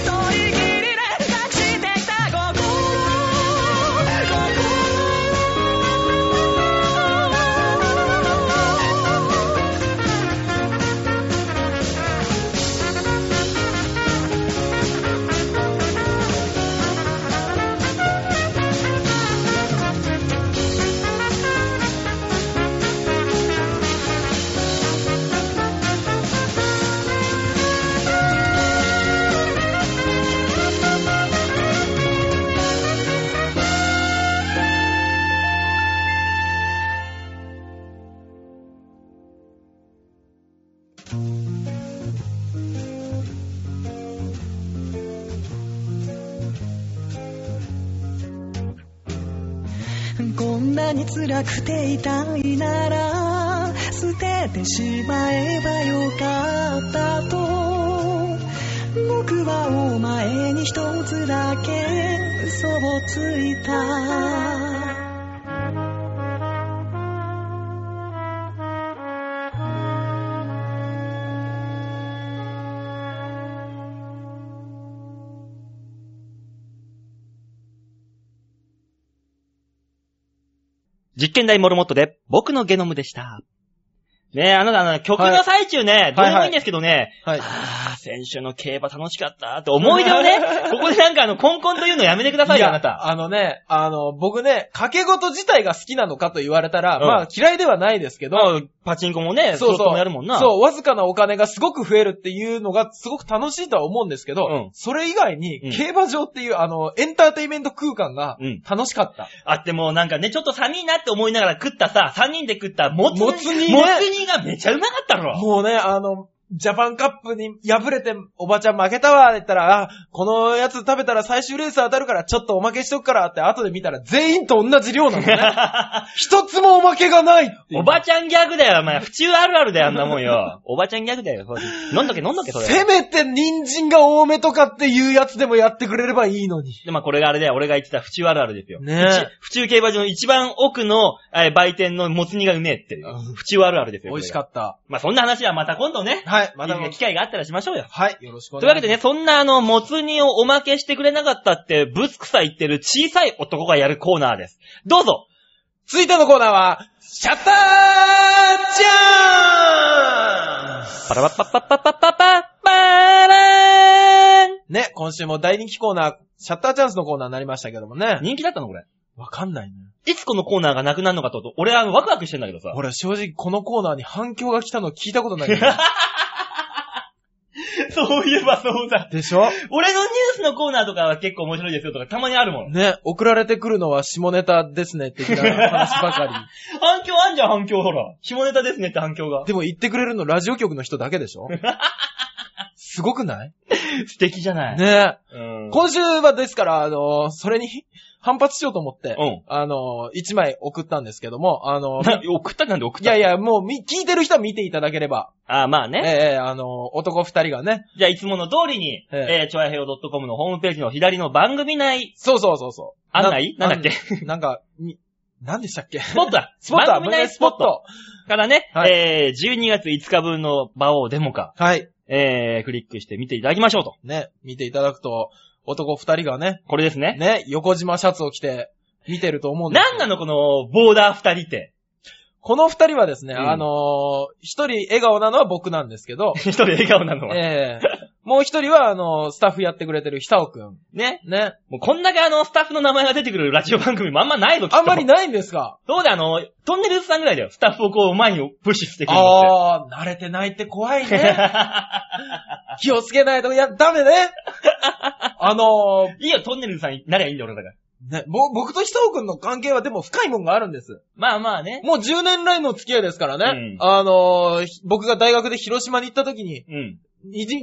で隠してきた心心こんなに辛くて痛いなら捨ててしまえばよかったと僕はお前に一つだけ嘘をついた実験台モルモットで、僕のゲノムでした。ねえ、あの、あの、曲の最中ね、どうでもいいんですけどね、はい。ああ、先週の競馬楽しかったって思い出をね、ここでなんかあの、コンコンというのやめてくださいよ、あなた。あのね、あの、僕ね、掛け事自体が好きなのかと言われたら、うんまあ嫌いではないですけど、まあパチンコもね、そうスロットそもう。やるもんな。そう、わずかなお金がすごく増えるっていうのがすごく楽しいとは思うんですけど、うんそれ以外に、うん競馬場っていう、あの、エンターテイメント空間がうん楽しかった。あってもうなんかね、ちょっと寒いなって思いながら食ったさ、3人で食ったもつ煮。もつ煮ねもつ煮がめちゃうまかったろ。もうね、あの、ジャパンカップに敗れて、おばちゃん負けたわって言ったら、あ、このやつ食べたら最終レース当たるから、ちょっとおまけしとくからって、後で見たら全員と同じ量なの ね。 一つもおまけがないっていうおばちゃんギャグだよ、お前。府中あるあるだよ、あんなもんよ。おばちゃんギャグだよ。飲んどけ、飲んどけ、それ。せめて人参が多めとかっていうやつでもやってくれればいいのに。で、まあこれがあれだよ、俺が言ってた府中あるあるですよ。ねえ府中競馬場の一番奥の、えー売店のもつ煮がうめえっていうう。府中あるあるですよ。美味しかっった。た。まあそんな話はまた今度ね。はい、 ままたた。機会があったらしましょうよ。はい、よろしくおという願わいします。けでね、そんなあの、もつ煮をおまけしてくれなかったって、ぶつくさ言ってる小さい男がやるコーナーです。どうぞ続いてのコーナーは、シャッターチャーンパラパッパッパッパッパッパッパッパーラーンね、今週も大人気コーナー、シャッターチャンスのコーナーになりましたけどもね。人気だったのこれ。わかんないね。いつこのコーナーがなくなるのかと、俺はワクワクしてんだけどさ。俺正直このコーナーに反響が来たの聞いたことないけど。そういえば そうだ。でしょ俺のニュースのコーナーとかは結構面白いですよとかたまにあるもん。ね、送られてくるのは下ネタですね、的な話 ばかり。反響あんじゃん、反響ほら。下ネタですねって反響が。でも言ってくれるのラジオ局の人だけでしょすごくない 素敵じゃない。ねうん。今週はですから、あのーそれに 反発しようと思って、うんあのー一枚送ったんですけども、あのなー 送ったなんで送っいたやいや、もうみ、聞いてる人は見ていただければ、あ、まあええね。ええあのー男二人がね、じゃあ、いつもの通りに、ええー、ちょやへよ .com のホームページの左の番組内、そうそうそうそう。案内なんだっけなんか、み、なんでしたっけスポットだ スポット番組内スポットからね、はいえー、12月5日分の場をデモか、はい。えー、クリックして見ていただきましょうと。ね、見ていただくと、男二人がね、これですね。ね、横島シャツを着て、見てると思うんですなんなのこの、ボーダー二人って。この二人はですね、うん 、あのー一人笑顔なのは僕なんですけど一人笑顔なのは。ええもう一人は、あの、スタッフやってくれてる久尾くん。ね。ね。もうこんだけあの、スタッフの名前が出てくるラジオ番組もあんまないぞ、きっとあんまりないんですかそうだよ、あの、トンネルズさんぐらいだよ。スタッフをこう、前にプッシュしてくるのっああ、慣れてないって怖いて。 ね。気をつけないと、いや、ダメね。 あのいいよ、トンネルズさんなりゃいいんだよ、俺だから。ーね、ぼ僕と久尾くんの関係はでも深いもんがあるんです。まあまあね。もう10年来の付き合いですからうんね。あのーひ僕が大学で広島に行った時に、うん。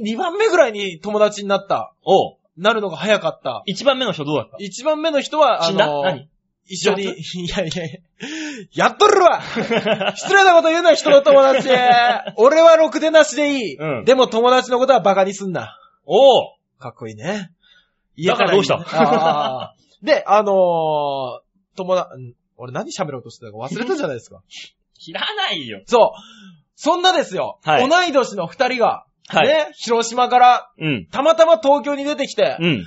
2, 番目ぐらいに友達になった。おう。なるのが早かった。一番目の人どうだった1番目の人は、あ死んだのー何一緒に、い蒸 やいやいや、やっとる わ失礼なこと言うな、人の友達。俺はろくでなしでいい。うんでも友達のことはバカにすんな。おう。かっこいいね。だからどうした家からいいねあーで、あのー、友達、うん俺何喋ろうとしてたか忘れたじゃないですか。知らないよ。そう。そんなですよ。はい同い年の二人が、はいね、広島から、うん。たまたま東京に出てきてう、ん。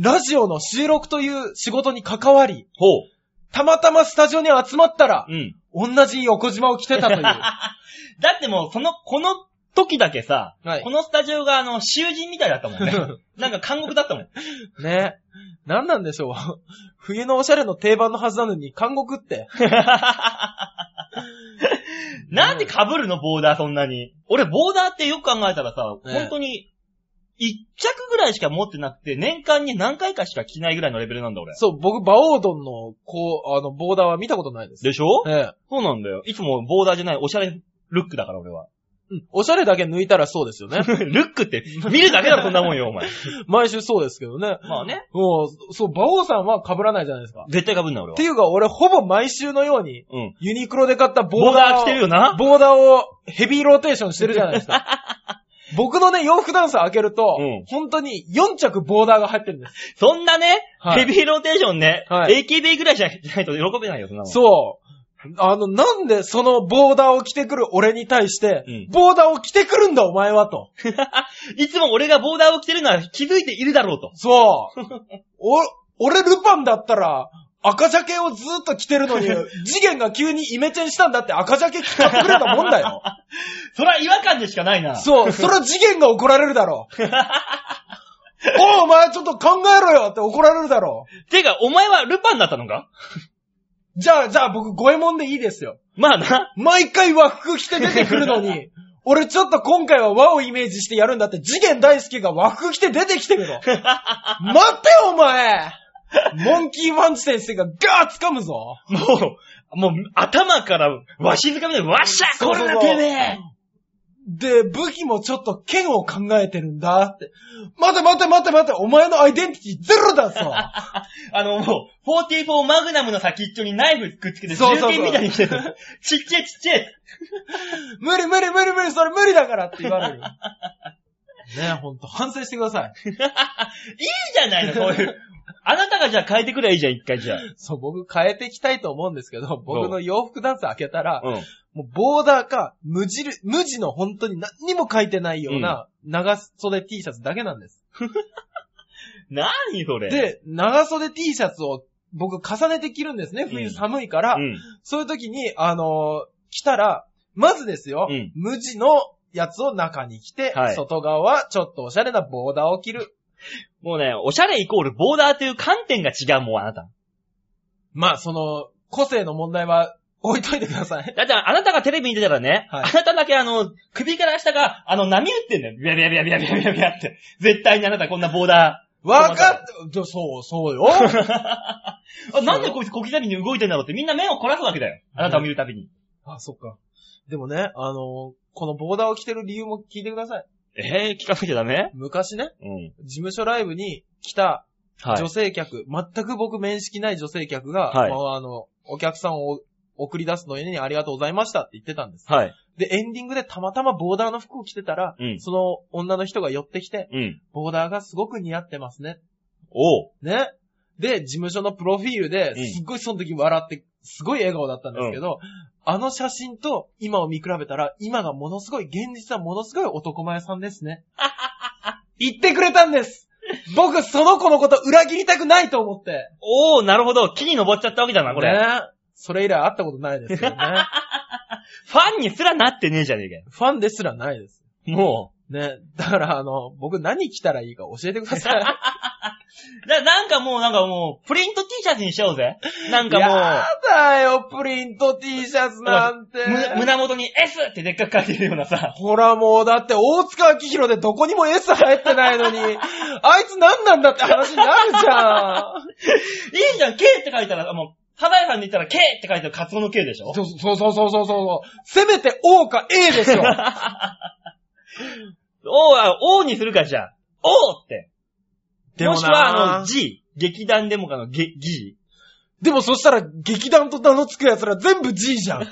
ラジオの収録という仕事に関わり、ほう。たまたまスタジオに集まったらう、 ん。同じ横島を着てたと いう。はだってもう、その、この時だけさ、いこ。のスタジオがあの、囚人みたいだったもんね。 なんか監獄だったもん。ね。なんなんでしょう。 冬のおしゃれの定番のはずなのに、監獄って。 なんで被るのボーダーそんなに。俺ボーダーってよく考えたらさ、ね本当に、一着ぐらいしか持ってなくて、年間に何回かしか着ないぐらいのレベルなんだ俺。そう、僕、バオードンの、こう、あの、ボーダーは見たことないです。でしょええ。そうなんだよ。いつもボーダーじゃない、おしゃれルックだから俺は。 うん。おしゃれだけ抜いたらそうですよね。ルックって、見るだけだろ、こんなもんよ、お前。毎週そうですけどね。まあね。もう、そう、馬王さんは被らないじゃないですか。絶対被んな、俺っはて。いうか、俺、ほぼ毎週のように、うん。ユニクロで買ったボボーーダーダーを着てるよな。ボーダーをヘビーローテーションしてるじゃないです か。僕のね、洋服ダンス開けると、うん本当に4着ボーダーが入ってるんです。そんなね、はいヘビーローテーションね、はい AKB ぐらいじゃないと喜べないよ、そんなもん。そう。あの、なんでそのボーダーを着てくる俺に対して、うんボーダーを着てくるんだお前はと。 いつも俺がボーダーを着てるのは気づいているだろうと。そう。 お、俺ルパンだったら、赤ジャケをずーっと着てるのに、次元が急にイメチェンしたんだって赤ジャケ着てくれたもん だよ。それは違和感でしかないな。そう、そら次元が怒られるだろ う。おうお前ちょっと考えろよって怒られるだろう。てか、お前はルパンだったのかじゃあ、じゃあ僕、五右衛門でいいですよ。まあな。毎回和服着て出てくるの に、俺ちょっと今回は和をイメージしてやるんだって、次元大介が和服着て出てきてるの。待ってよ、お前モンキーパンチ先生がガーッ掴むぞ。もう、もう、頭から、わしづかみで、わっしゃそうこそうれそうだてめえで、武器もちょっと剣を考えてるんだって。待て待て待て待て、お前のアイデンティティゼロだ ぞ。あの、もう、44マグナムの先っちょにナイフくっつけて、銃そうそうそう剣みたいにしてる。ちっちゃいちっちゃい。無理無理無理無理、それ無理だからって言われる。ねえ、ほんと、反省してください。いいじゃない の、こういう。あなたがじゃあ変えてくればいいじゃん、一回じゃあ。そう、僕変えていきたいと思うんですけど、僕の洋服ダンス開けたら、うん。もうボーダーか、無地る、無地の本当に何にも書いてないような、長袖 T シャツだけなんです。なにそれ。、で、長袖 T シャツを僕重ねて着るんですね、冬うん寒いから。うん。そういう時に、あのー着たら、まずですよ、うん無地のやつを中に着て、はい外側はちょっとおしゃれなボーダーを着る。もうね、おしゃれイコールボーダーという観点が違うもん、あなた。まあ、その、個性の問題は置いといてください。だってあなたがテレビに出たらね、はいあなただけあの、首から下が、あの、波打ってんだよ。ビャビャビャビャビャビャビャって。絶対にあなたこんなボーダわかっと、そう、そうよ。ー。あなんでこいつ小刻みに動いてんだろうってみんな目を凝らすわけだよ。あなたを見るたびに。あ、そっか。でもね、あのーこのボーダーを着てる理由も聞いてください。えー、聞かなきゃダメ昔ね、うん。事務所ライブに来たはい女。性客、全く僕面識ない女性客が、はいもうあの、お客さんを送り出すのにありがとうございましたって言ってたんです。はい。で、エンディングでたまたまボーダーの服を着てたら、うんその女の人が寄ってきて、うん。ボーダーがすごく似合ってますね。おう。ね。で、事務所のプロフィールでうん、すっごいその時笑って、すごい笑顔だったんですけど、あの写真と今を見比べたら、今がものすごい、現実はものすごい男前さんで すね。言ってくれたんです僕、その子のこと裏切りたくないと思って。おう、なるほど。木に登っちゃったわけだな、これ。ね。それ以来会ったことな いですけどね。ファンにすらなってねえじゃねえかよ。ファンですらないです。もね、だからあの、僕何着たらいいか教えてください。ななんかもう、なんかもう、プリント T シャツにしちゃおうぜ。なんかやもだよ、プリント T シャツなんて。う、む胸元に S ってでっかく書いてるようなさ。ほらもう、だって大塚明宏でどこにも S 入ってない のに、あいつ何なんだって話になるじゃん。いいじゃん、K って書いたら、もう、花屋さんに言ったら K って書いてるカツオの K でしょ そうそうそうそうそうそう。せめて O か A でしょ。 O は O にするかじゃあ。O って。でもなしくは、あの、G。劇団デモカのゲ G。でもそしたら劇団と名の付く奴ら全部 G じゃん。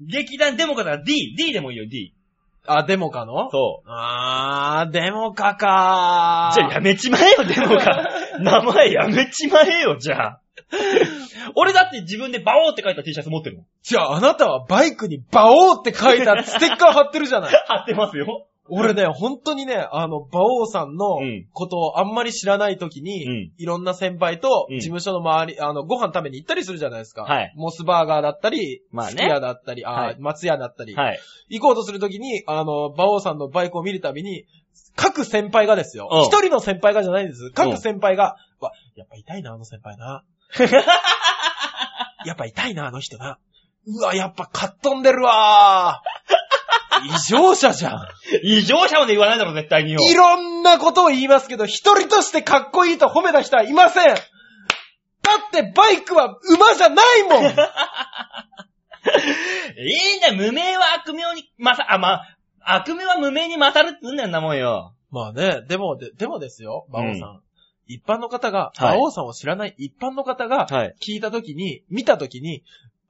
劇団デモカなら D。D でもいいよ、D。 あ、デモかのそあー、デモかかう。じゃあやめちまえよ、デモ カ。名前やめちまえよ、じゃあ。俺だって自分でバオーって書いた T シャツ持ってるもん。じゃああなたはバイクにバオーって書いたステッカー貼ってるじゃない。貼ってますよ。俺ね、本当にね、あの、馬王さんのうんことをあんまり知らない時に、うんいろんな先輩とうん事務所の周り、あの、ご飯食べに行ったりするじゃないですか。はいモスバーガーだったり、まあねスキヤだったり、あーはい松屋だったり、はい。行こうとする時に、あの、馬王さんのバイクを見るたびに、各先輩がですようん、一人の先輩がじゃないんです。各先輩が、わ、やっぱ痛いな、あの先輩な。 やっぱ痛いな、あの人な。うわ、やっぱカットんでるわー。異常者じゃん。異常者まで言わないだろ、絶対によ。いろんなことを言いますけど、一人としてかっこいいと褒めた人はいませんだってバイクは馬じゃないもんいいんだよ、無名は悪名に、まさ、あ、まあ、悪名は無名に勝るって言うんだよなもんよ。 まあね、でも、ででもですよ、馬王さん。一般の方が、はい馬王さんを知らない一般の方が、はい。聞いたときに、見たときに、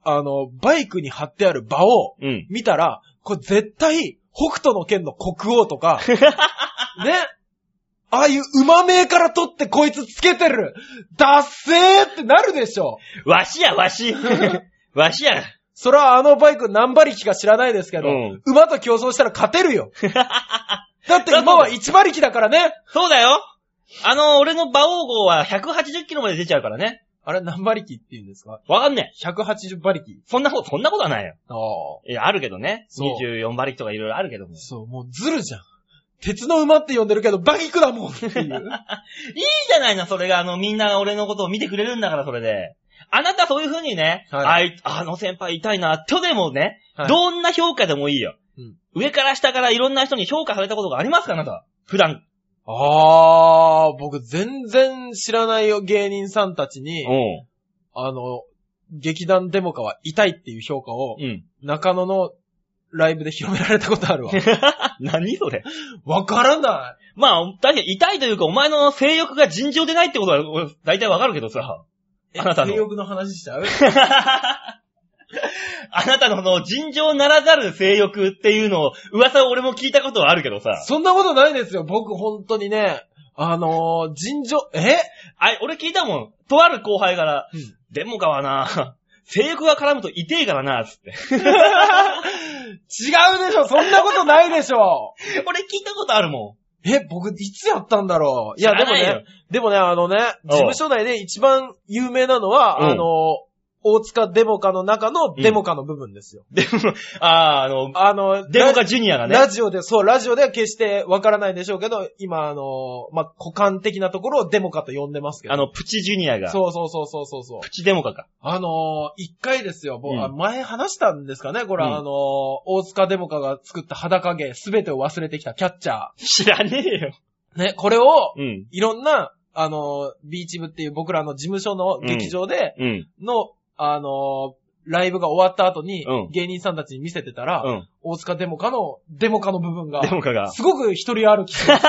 あの、バイクに貼ってある馬王、うん。見たら、これ絶対、北斗の剣の国王とか、 ね、ああいう馬名から取ってこいつつけてるダッセーってなるでしょわしや、わ し。わしや。それはあのバイク何馬力か知らないですけど、うん馬と競争したら勝 てるよ。だって馬は1馬力だからね。そうだよ。あの、俺の馬王号は180キロまで出ちゃうからね。あれ何馬力って言うんですかわかんねえ。 ?180 馬力。そんなこと、そんなことはないよ。ああ。いや、あるけどね。そう24馬力とかいろいろあるけども。いそう、もうずるじゃん。鉄の馬って呼んでるけど、馬力だもんっていう。 いじゃないの、それが。あの、みんな俺のことを見てくれるんだから、それで。あなたそういう風にね、はあい、あの先輩痛いな、とでもね、はいどんな評価でもいいよ、うん上から下からいろんな人に評価されたことがありますか、あなた。普段。ああ、僕全然知らないよ、芸人さんたちに、うあの、劇団デモカは痛いっていう評価を、ん。 中野のライブで広められたことあるわ。何それ。わからない。まあ、確かに痛いというか、お前の性欲が尋常でないってことは、俺大体わかるけど さ。あなたの性欲の話しちゃうあなたのの尋常ならざる性欲っていうのを、噂を俺も聞いたことはあるけどさ。そんなことないですよ。僕本当にね、あのー、尋常、えあい、俺聞いたもん。とある後輩から、うんでもかはな、性欲が絡むと痛えからな、つって。違うでしょそんなことないでしょ俺聞いたことあるもえ、僕いつやったんだろういや、知でらもないよね、でもね、あのね、事務所内で一番有名なのは、うんあのー、大塚デモカの中のデモカの部分ですよ。ん。でも、あー、あの、あの、デモカラジュニアがね。ラジオで、そう、ラジオでは決してわからないでしょうけど、今、あのー、まあ、股間的なところをデモカと呼んでますけど。あの、プチジュニアが。そうそうそうそうそうそう。プチデモカか。あのー、一回ですよ、僕、うんあ前話したんですかねこれ、うんあのー、大塚デモカが作った裸芸、すべてを忘れてきたキャッチャ知らねえよ。ー。ね、これを、うん。いろんな、あのー、ビーチ部っていう僕らの事務所の劇場でうん。の、あのー、ライブが終わった後にうん、芸人さんたちに見せてたら、うん。大塚デモカの、デモカの部分がデ、モカが。すごく一人歩き してる。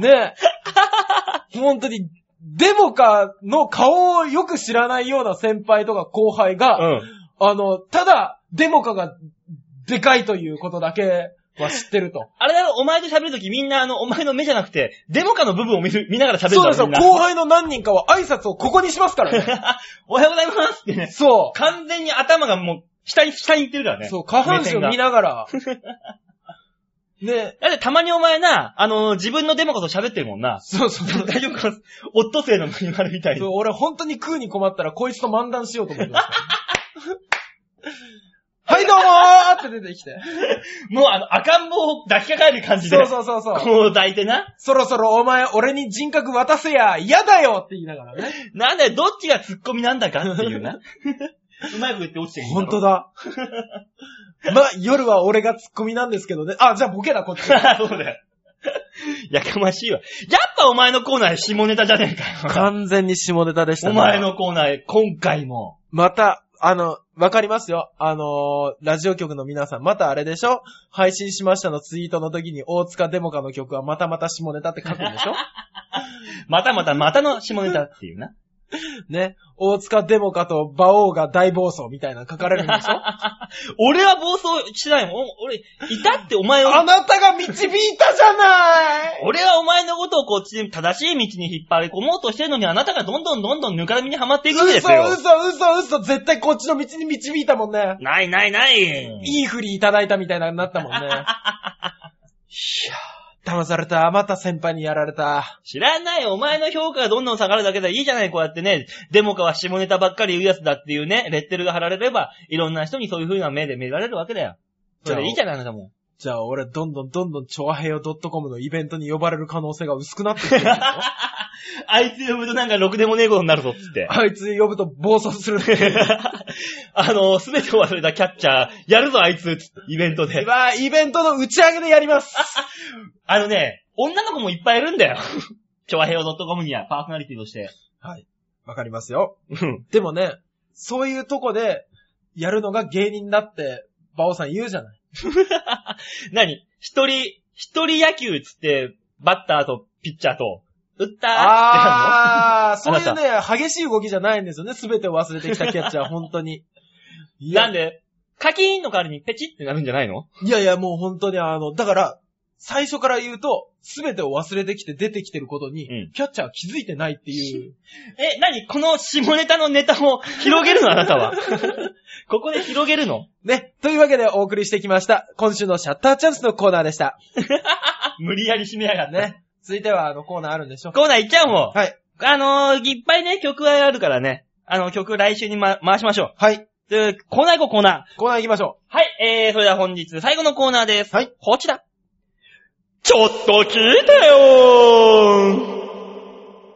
ねえ。本当に、デモカの顔をよく知らないような先輩とか後輩が、うん。あの、ただ、デモカが、でかいということだけは知ってると。あれだろ、お前と喋るときみんなあの、お前の目じゃなくて、デモカの部分を見る見ながら喋るそうですよ、みんな後輩の何人かは挨拶をここにしますか らね。おはようございますってね。そ完全に頭がもう、下に、下に行ってるからう。ね。そう、下半身を見ながら。ね、。だってたまにお前な、あのー自分のデモカと喋ってるもんなそうそうそう。大丈夫かオットセイのマニュアルみたいそうに。俺本当に食う に困ったらこいつと漫談しようと思ってます。はい、どうもーってって出てきて。もうあの、赤ん坊を抱きかかえる感じで。そうそうそうそう。こう抱いてな。そろそろお前、俺に人格渡せや、嫌だよって言いながらね。なんだよ、どっちがツッコミなんだかっていう な。うまいこと言って落ちてる。本当だ。 まあ、夜は俺がツッコミなんですけどね。あ、じゃあボケだ、こっち。だ。 そうだよ。やかましいわ。やっぱお前のコーナー下ネタじゃねえかよ。完全に下ネタでした、お前。のコーナー、今回も。また、あの、わかりますよ。あのーラジオ局の皆さん、またあれでしょ配信しましたのツイートの時に大塚デモカの曲はまたまた下ネタって書くんでしょまたまたまたの下ネタっていうな。ね。大塚デモカと馬王が大暴走みたいなの書かれるんで しょ俺は暴走してないもん。お俺、いたってお前をあ、なたが導いたじゃない俺はお前のことをこっちに正しい道に引っ張り込もうとしてるのに、あなたがどんどんどんどんぬかるみにはまっていくんですよ。嘘嘘嘘嘘絶対こっちの道に導いたもんね。ないないない。いい振りいただいたみたいなのになったもんね。いやー、騙された。また先輩にやられた。知らない。お前の評価がどんどん下がるだけでいいじゃない。こうやってね、デモカは下ネタばっかり言うやつだっていうね、レッテルが貼られれば、いろんな人にそういう風な目で見られるわけだよ。それでいいじゃないあなたも。じゃあ俺、どんどんどんどん、超平洋 .com のイベントに呼ばれる可能性が薄くなっ てきてるでしょあいつ呼ぶとなんかろくでもねえことになるぞっつって。あいつ呼ぶと暴走する。 あの、すべてを忘れたキャッチャー、やるぞあいつ、つってイベントで。今、イベントの打ち上げでやります。 あのね、女の子もいっぱいいるんだよ。 調和平和 .com にはパーソナリティとして。はい。わかりますよ。うん。でもね、そういうとこで、やるのが芸人だって、バオさん言うじゃない。何一人、一人野球っつって、バッターとピッチャーと、打ったーああー、ってやそうるいのうね、激しい動きじゃないんですよね。すべてを忘れてきたキャッ チャー、本当に。いやなんで、カキーンの代わりにペチってなるんじゃないのいやいや、もう本当にあの、だから、最初から言うと、すべてを忘れてきて出てきてることに、うんキャッチャーは気づいてないっていう。え、何この下ネタのネタを広げるのあなたは。 ここで広げるのね。というわけでお送りしてきました。今週のシャッターチャンスのコーナーでした。無理やり締めやがって。ね。続いてはあのコーナーあるんでしょコーナー行っちゃうもん。はい。あのー、いっぱいね、曲があるからね。あの、曲来週に、ま、回しましょはい。う。で、コーナー行こう、コーナー。コーナー行きましょはい、えー、それでは本日最後のコーナーです。はい。こちら。ちょっと聞いてよー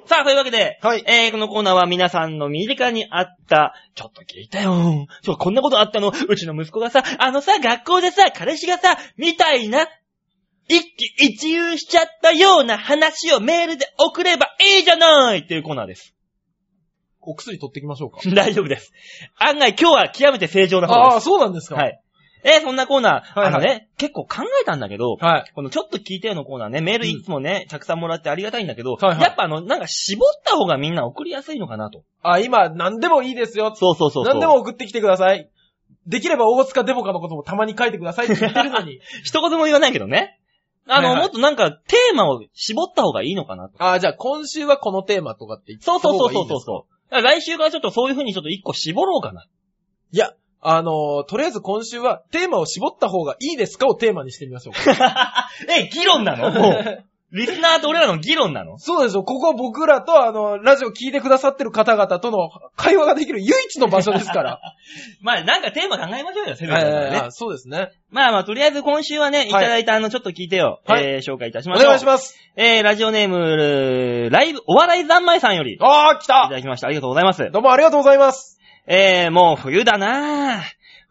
さあ、というわけで、う。はい。えー、このコーナーは皆さんの身近にあった、ちょっと聞いてよーそう、こんなことあったの、うちの息子がさ、あのさ、学校でさ、彼氏がさ、みたいな、一喜一憂しちゃったような話をメールで送ればいいじゃないっていうコーナーです。お薬取ってきましょうか。 大丈夫です。案外今日は極めて正常な方ですああー、。そうなんですか。は。い。えーそんなコーナー、はいはいあのね、結構考えたんだけど、はい。このちょっと聞いてよのコーナーね、メールいつもね、たくさんもらってありがたいんだけど、はいはいやっぱあの、なんか絞った方がみんな送りやすいのかなと。あ、今、何でもいいですよ。そうそうそうそう。何でも送ってきてください。できれば大塚デモカのこともたまに書いてください って言ってるのに。一言も言わないけどね。あの、はいはいもっとなんかテーマを絞った方がいいのかなと。ああ、じゃあ今週はこのテーマとかって言ってそうそうそうそうそそうう。そうだから来週からちょっとそういう風にちょっと一個絞ろうかな。いや、あのーとりあえず今週はテーマを絞った方がいいですかをテーマにしてみましょうか。 え、議論なの もう。リスナーと俺らの議論なの そうですよ。ここは僕らと、あの、ラジオ聞いてくださってる方々との会話ができる唯一の場所です から。まあなんかテーマ考えましょうよ、せめてはいね。はいはいそうですね。まあまあ、とりあえず今週はね、いただいたあの、ちょっと聞いてよ。はいえー、紹介いたしおましょう。願いします。えー、ラジオネーム、ライブ、お笑い三昧さんより、いあー、来たただきました。ありがとうございます。どうもありがとうございます。えー、もう冬だなぁ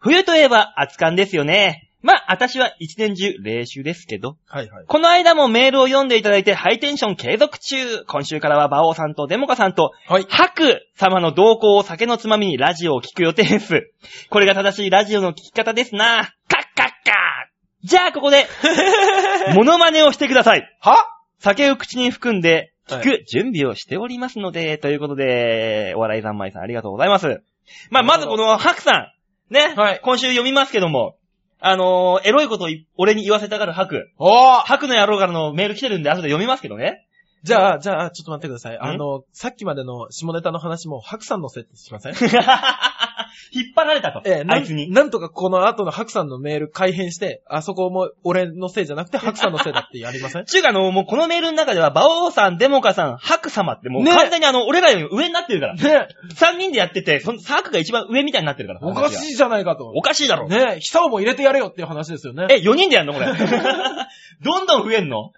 冬といえば暑感ですよね。まあ、私は一年中練習ですけど。はいはい。この間もメールを読んでいただいてハイテンション継続中。今週からは馬王さんとデモカさんと、はい。白様の動向を酒のつまみにラジオを聞く予定です。これが正しいラジオの聞き方ですなぁカッカッカーじゃあこ こで、モノマネをしてください。は酒を口に含んで、聞はく準備をしておりますので、ということで、お笑い三昧さんありがとうございます。まあ、まずこの、ハクさん。ね。はい今週読みますけども、あのーエロいことをい俺に言わせたがるハク。おーハクの野郎からのメール来てるんで、後で読みますけど ね。じゃあ、じゃあ、ちょっと待ってください。あの、さっきまでの下ネタの話も、白さんのせいにしませんそ引っ張られたと。ええ、あないつにん。なんとかこの後の白さんのメール改変して、あそこも俺のせいじゃなくて白さんのせいだってやりませ んちゅうか、あの、もうこのメールの中では、馬王さん、デモカさん、ハク様ってもうね完全にあの、俺らより上になってるから。ね三人でやってて、その、ハクが一番上みたいになってるから。おか話がしいじゃないかとお。かしいだろ。ねえ、久尾も入れてやれよっていう話ですよね。え、4人でやんのこれ。 どんどん増えんの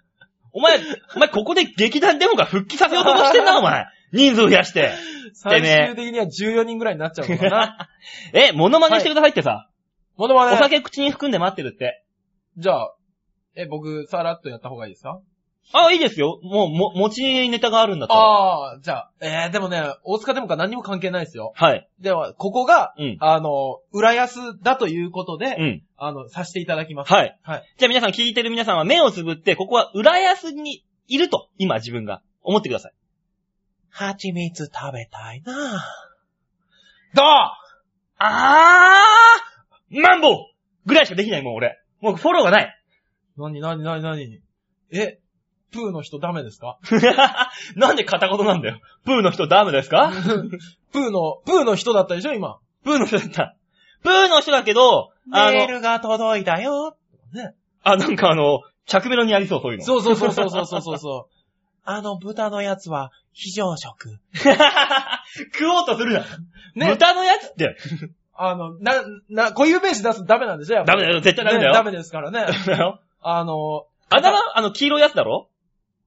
お前、お前ここで劇団デモカ復帰させようとして んな、お前。人数増やして。最て終的には14人ぐらいになっちゃうのかな。え、モノマネしてくださいってさ、ものまね。お酒口に含んで待ってるって。じゃあ、え、僕、さらっとやった方がいいですかあ、いいですよ。もう、も、持ちネタがあるんだったら。ああ、じゃあ、えー、でもね、大塚でもか何にも関係ないですよ。はい。では、ここが、うんあの、浦安だということで、うん。あの、させていただきます。はい。はい。じゃあ皆さん聞いてる皆さんは目をつぶって、ここは裏安にいると、今自分が思ってください。蜂蜜食べたいなどうあーマンボウぐらいしかできないもん俺。もうフォローがない。 なになになになにえ、プーの人ダメですかなんで片言なんだよ。プーの人ダメです かプーの、プーの人だったでしょ、今。プーの人だった。プーの人だけど、あの、ルが届いたよ。あ、なんかあの、着メロにありそう、そういうの。そうそうそうそうそうそうそうそう。 あの豚のやつは非常食。 食おうとするな。ね豚のやつって。あの、な、な、固有名詞出すとダメなんでしょやっぱダメりだよ、絶対ダメだよ。ねダメですからね。だよ。あの、あだは、あの、黄色いやつだろ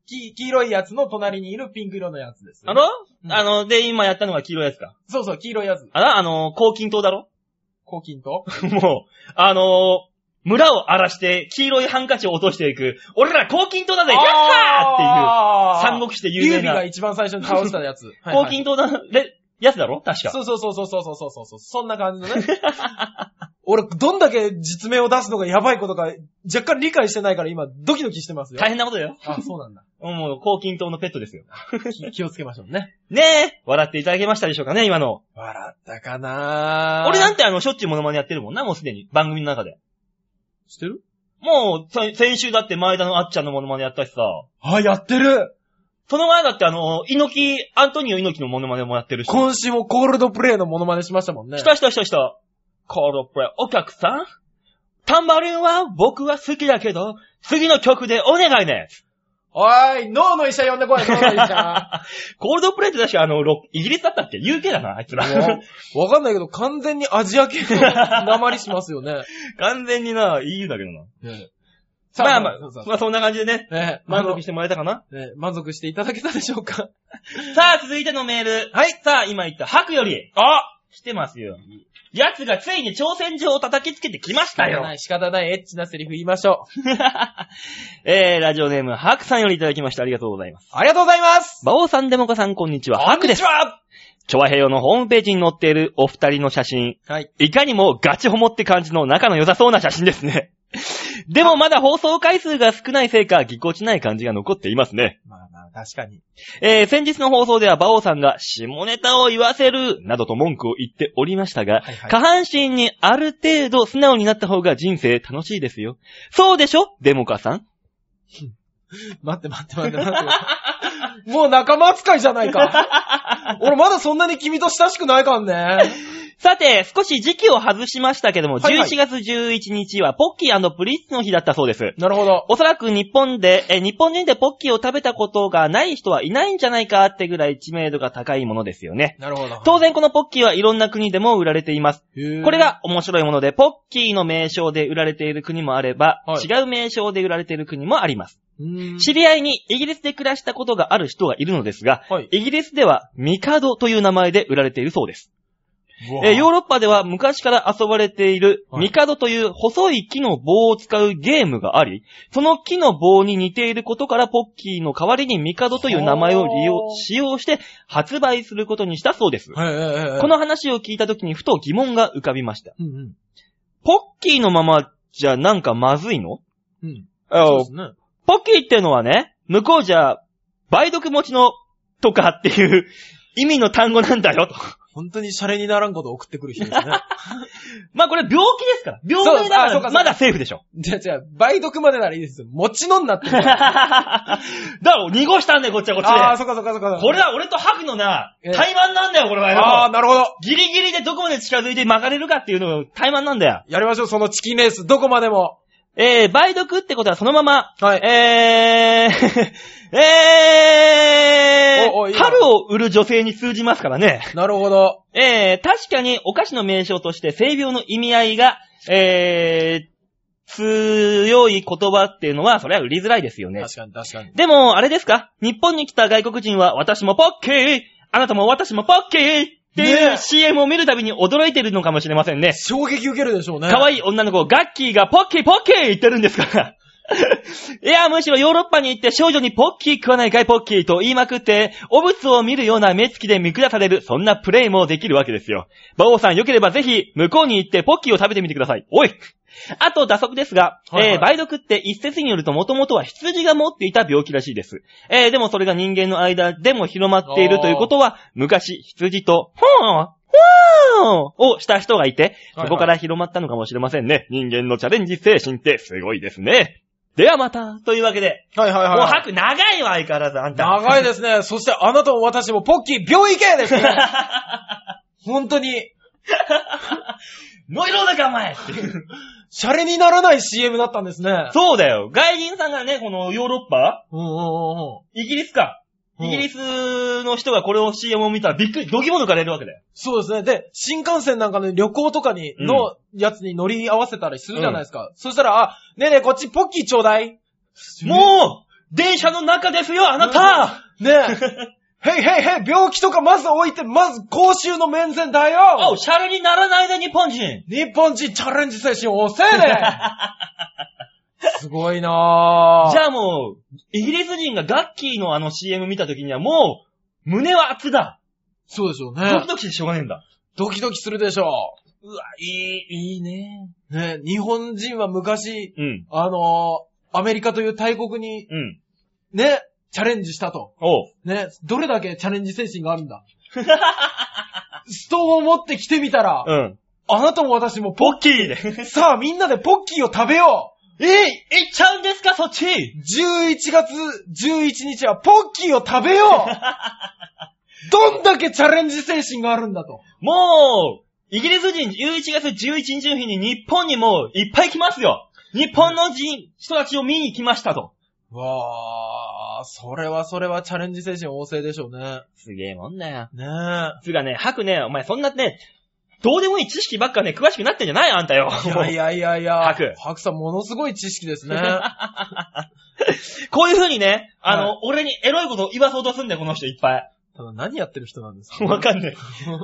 き黄色いやつの隣にいるピンク色のやつです。あの、うんあの、で、今やったのが黄色いやつか。そうそう、黄色いやつ。あだあの、黄金刀だろ 黄金と。もう、あの、村を荒らして、黄色いハンカチを落としていく、俺ら黄金刀だぜ やっはーっていう、三あー国志で有名劉備がな、一番最初に倒した やつ。はいはい黄金刀だ、れやつだろ確か。そうそうそうそうそうそうそうそう。そんな感じの ね。俺、どんだけ実名を出すのがやばいことか、若干理解してないから今、ドキドキしてますよ。大変なことだよ。あ、そうなん だ。もう、黄金刀のペットですよ。き気をつけましょうね。ねえ、笑っていただけましたでしょうかね、今の。笑ったかな俺なんててあの、しょっちゅうモノマネやってるもんな、もうすでに。番組の中で。してるもう、さ先週だって前田のあっちゃんのモノマネやったしさ。あ、やってるその前だってあの、猪木、アントニオ猪木のモノマネもやってるし。今週もコールドプレイのモノマネしましたもんね。したしたしたした。コールプレイ、お客さんタンバリンは僕は好きだけど、次の曲でお願いね。おーい、脳の医者呼んでこい、脳 の医者。コールドプレイって確かあの、ロイギリスだったっけ ?UK だな、あいつら。もうわかんないけど、完全にアジア系の鉛しますよ ね。 完全にな、EU だけどな。さまあまあそうそう、まあそんな感じでね、ね満足してもらえたかなあのね満足していただけたでしょう かさあ、続いてのメール。はい。さあ、今言った、白より。あ来てますよ。奴がついに挑戦状を叩きつけてきまし仕た方よな。い、仕方ない、エッチなセリフ言いましょう。 えー、ラジオネーム、白さんよりいただきましてありがとうございます。ありがとうございます馬王さん、デモカさん、こんにちは。白です。はチョアヘヨのホームページに載っているお二人の写真。はい。いかにもガチホモって感じの仲の良さそうな写真ですね。 でもまだ放送回数が少ないせいか、ぎこちない感じが残っていますね。まあまあ、確かに。えー先日の放送では馬王さんが下ネタを言わせるなどと文句を言っておりましたが、はいはい下半身にある程度素直になった方が人生楽しいですよ。そうでしょデモカさん。待って待って待って待って。もう仲間扱いじゃないか。 俺まだそんなに君と親しくないからね。さて、少し時期を外しましたけども、はいはい11月11日はポッキープリッツの日だったそうです。なるほど。おそらく日本で、え、日本人でポッキーを食べたことがない人はいないんじゃないかってぐらい知名度が高いものですよね。なるほど。当然このポッキーはいろんな国でも売られています。へーこれ、が面白いもので、ポッキーの名称で売られている国もあれば、はい違う名称で売られている国もあります。うーん知り合いにイギリスで暮らしたことがある人がいるのですが、はい。イギリスではミカドという名前で売られているそうです。えーヨーロッパでは昔から遊ばれているはいミカドという細い木の棒を使うゲームがあり、その木の棒に似ていることからポッキーの代わりにミカドという名前を利用ほ、ー使用して発売することにしたそうです。はいはいはいはいこの話を聞いた時にふと疑問が浮かびました。うんうん。ポッキーのままじゃなんかまずいのうん。あそうでのすね。ポッキーってのはね、向こうじゃ、梅毒持ちの、とかっていう意味の単語なんだよ、と。本当にシャレにならんことを送ってくる人ですね。 まあこれ病気ですから。病名だかそうあそうからそうかまだセーフでしょ。じゃあじゃあ、梅毒までならいいですよ。もちのになってる。 だ から濁したんだよ、こっちはこっちああ、で。そっかそっかそっか。これは俺とハクのな、ええ怠慢なんだよ、これはよ。ああ、なるほど。ギリギリでどこまで近づいて曲がれるかっていうのが怠慢なんだよ。やりましょう、そのチキンレース。どこまでも。えー、梅毒ってことはそのまま、は。えー、 えおおいいー、な春を売る女性に通じますからね。なるほど。えー、確かにお菓子の名称として性病の意味合いが、えー、強い言葉っていうのは、それは売りづらいですよね。確かに確かに。でも、あれですか日本に来た外国人は、私もポッキーあなたも私もポッキーっていねうえ CM を見るたびに驚いてるのかもしれませんね。衝撃受けるでしょうね。可い愛い女の子、ガッキーがポッキーポッキー言ってるんです から。いや、むしろヨーロッパに行って少女にポッキー食わないかいポッキーと言いまくって、汚物を見るような目つきで見下される、そんなプレイもできるわけですよ。馬王さん、良ければぜひ、向こうに行ってポッキーを食べてみてください。おいあと、打足ですが、はいはいえー梅毒って一説によると元々は羊が持っていた病気らしいです。えーでもそれが人間の間でも広まっているということは、昔、羊と、ほーんほーん をした人がいて、そこから広まったのかもしれませんね。人間のチャレンジ精神ってすごいですね。ではまた、というわけで、はいはいもはうい。吐く長いわ、相変わらず、あんた。長いですね。そしてあなたも私もポッキー、病院行けで すね。本当に、燃えろだか、お前 シャレにならない CM だったんですね。そうだよ。外人さんがね、このヨーロッパうんうんうんうん。イギリスか。うんイギリスの人がこれを CM を見たらびっくり、ドキモ抜かれるわけだよ。そうですね。で、新幹線なんかの旅行とかに、うんのやつに乗り合わせたりするじゃないですか。そしたら、あ、ねえねえ、こっちポッキーちょうだい。もう電車の中ですよ、あなたうね え、へいへいへい、病気とかまず置いて、まず公衆の面前だおう、よシャレにならないで、日本人日本人チャレンジ精神遅えね すごいなぁ。じゃあもう、イギリス人がガッキーのあの CM 見た時にはもう、胸は熱だ。そうでしょうドねキ。ドキしてしょうがねえんだ。ドキドキするでしょうわ、いい、いいね。う。ねえ日本人は昔、うん、あのーアメリカという大国に、うん。ね、チャレンジしたと。おう。ね、どれだけチャレンジ精神があ るんだ。ストーンを持ってきてみたら、うん。あなたも私もポポッッ キーで。キー、さあみんなでポッキーを食べようえい、行っちゃうんですか、そっち11月11日はポッキーを食べよう どんだけチャレンジ精神があるんだと。もう、イギリス人11月11日の日に日本にもういっぱい来ますよ。日本の人、人たちを見に来ましたと。わー、それはそれはチャレンジ精神旺盛でしょうね。すげえもんだよ。ねえ。つうかね、吐くね、お前そんなね、どうでもいい知識ばっかね、詳しくなってんじゃないあんたよ。いやいやいやいや。ハクハクさんものすごい知識 ですね。 こういう風にね、あの、は俺にエロいことを言わそうとすんだよ、この人いっぱい。ただ何やってる人なんです かわかんない。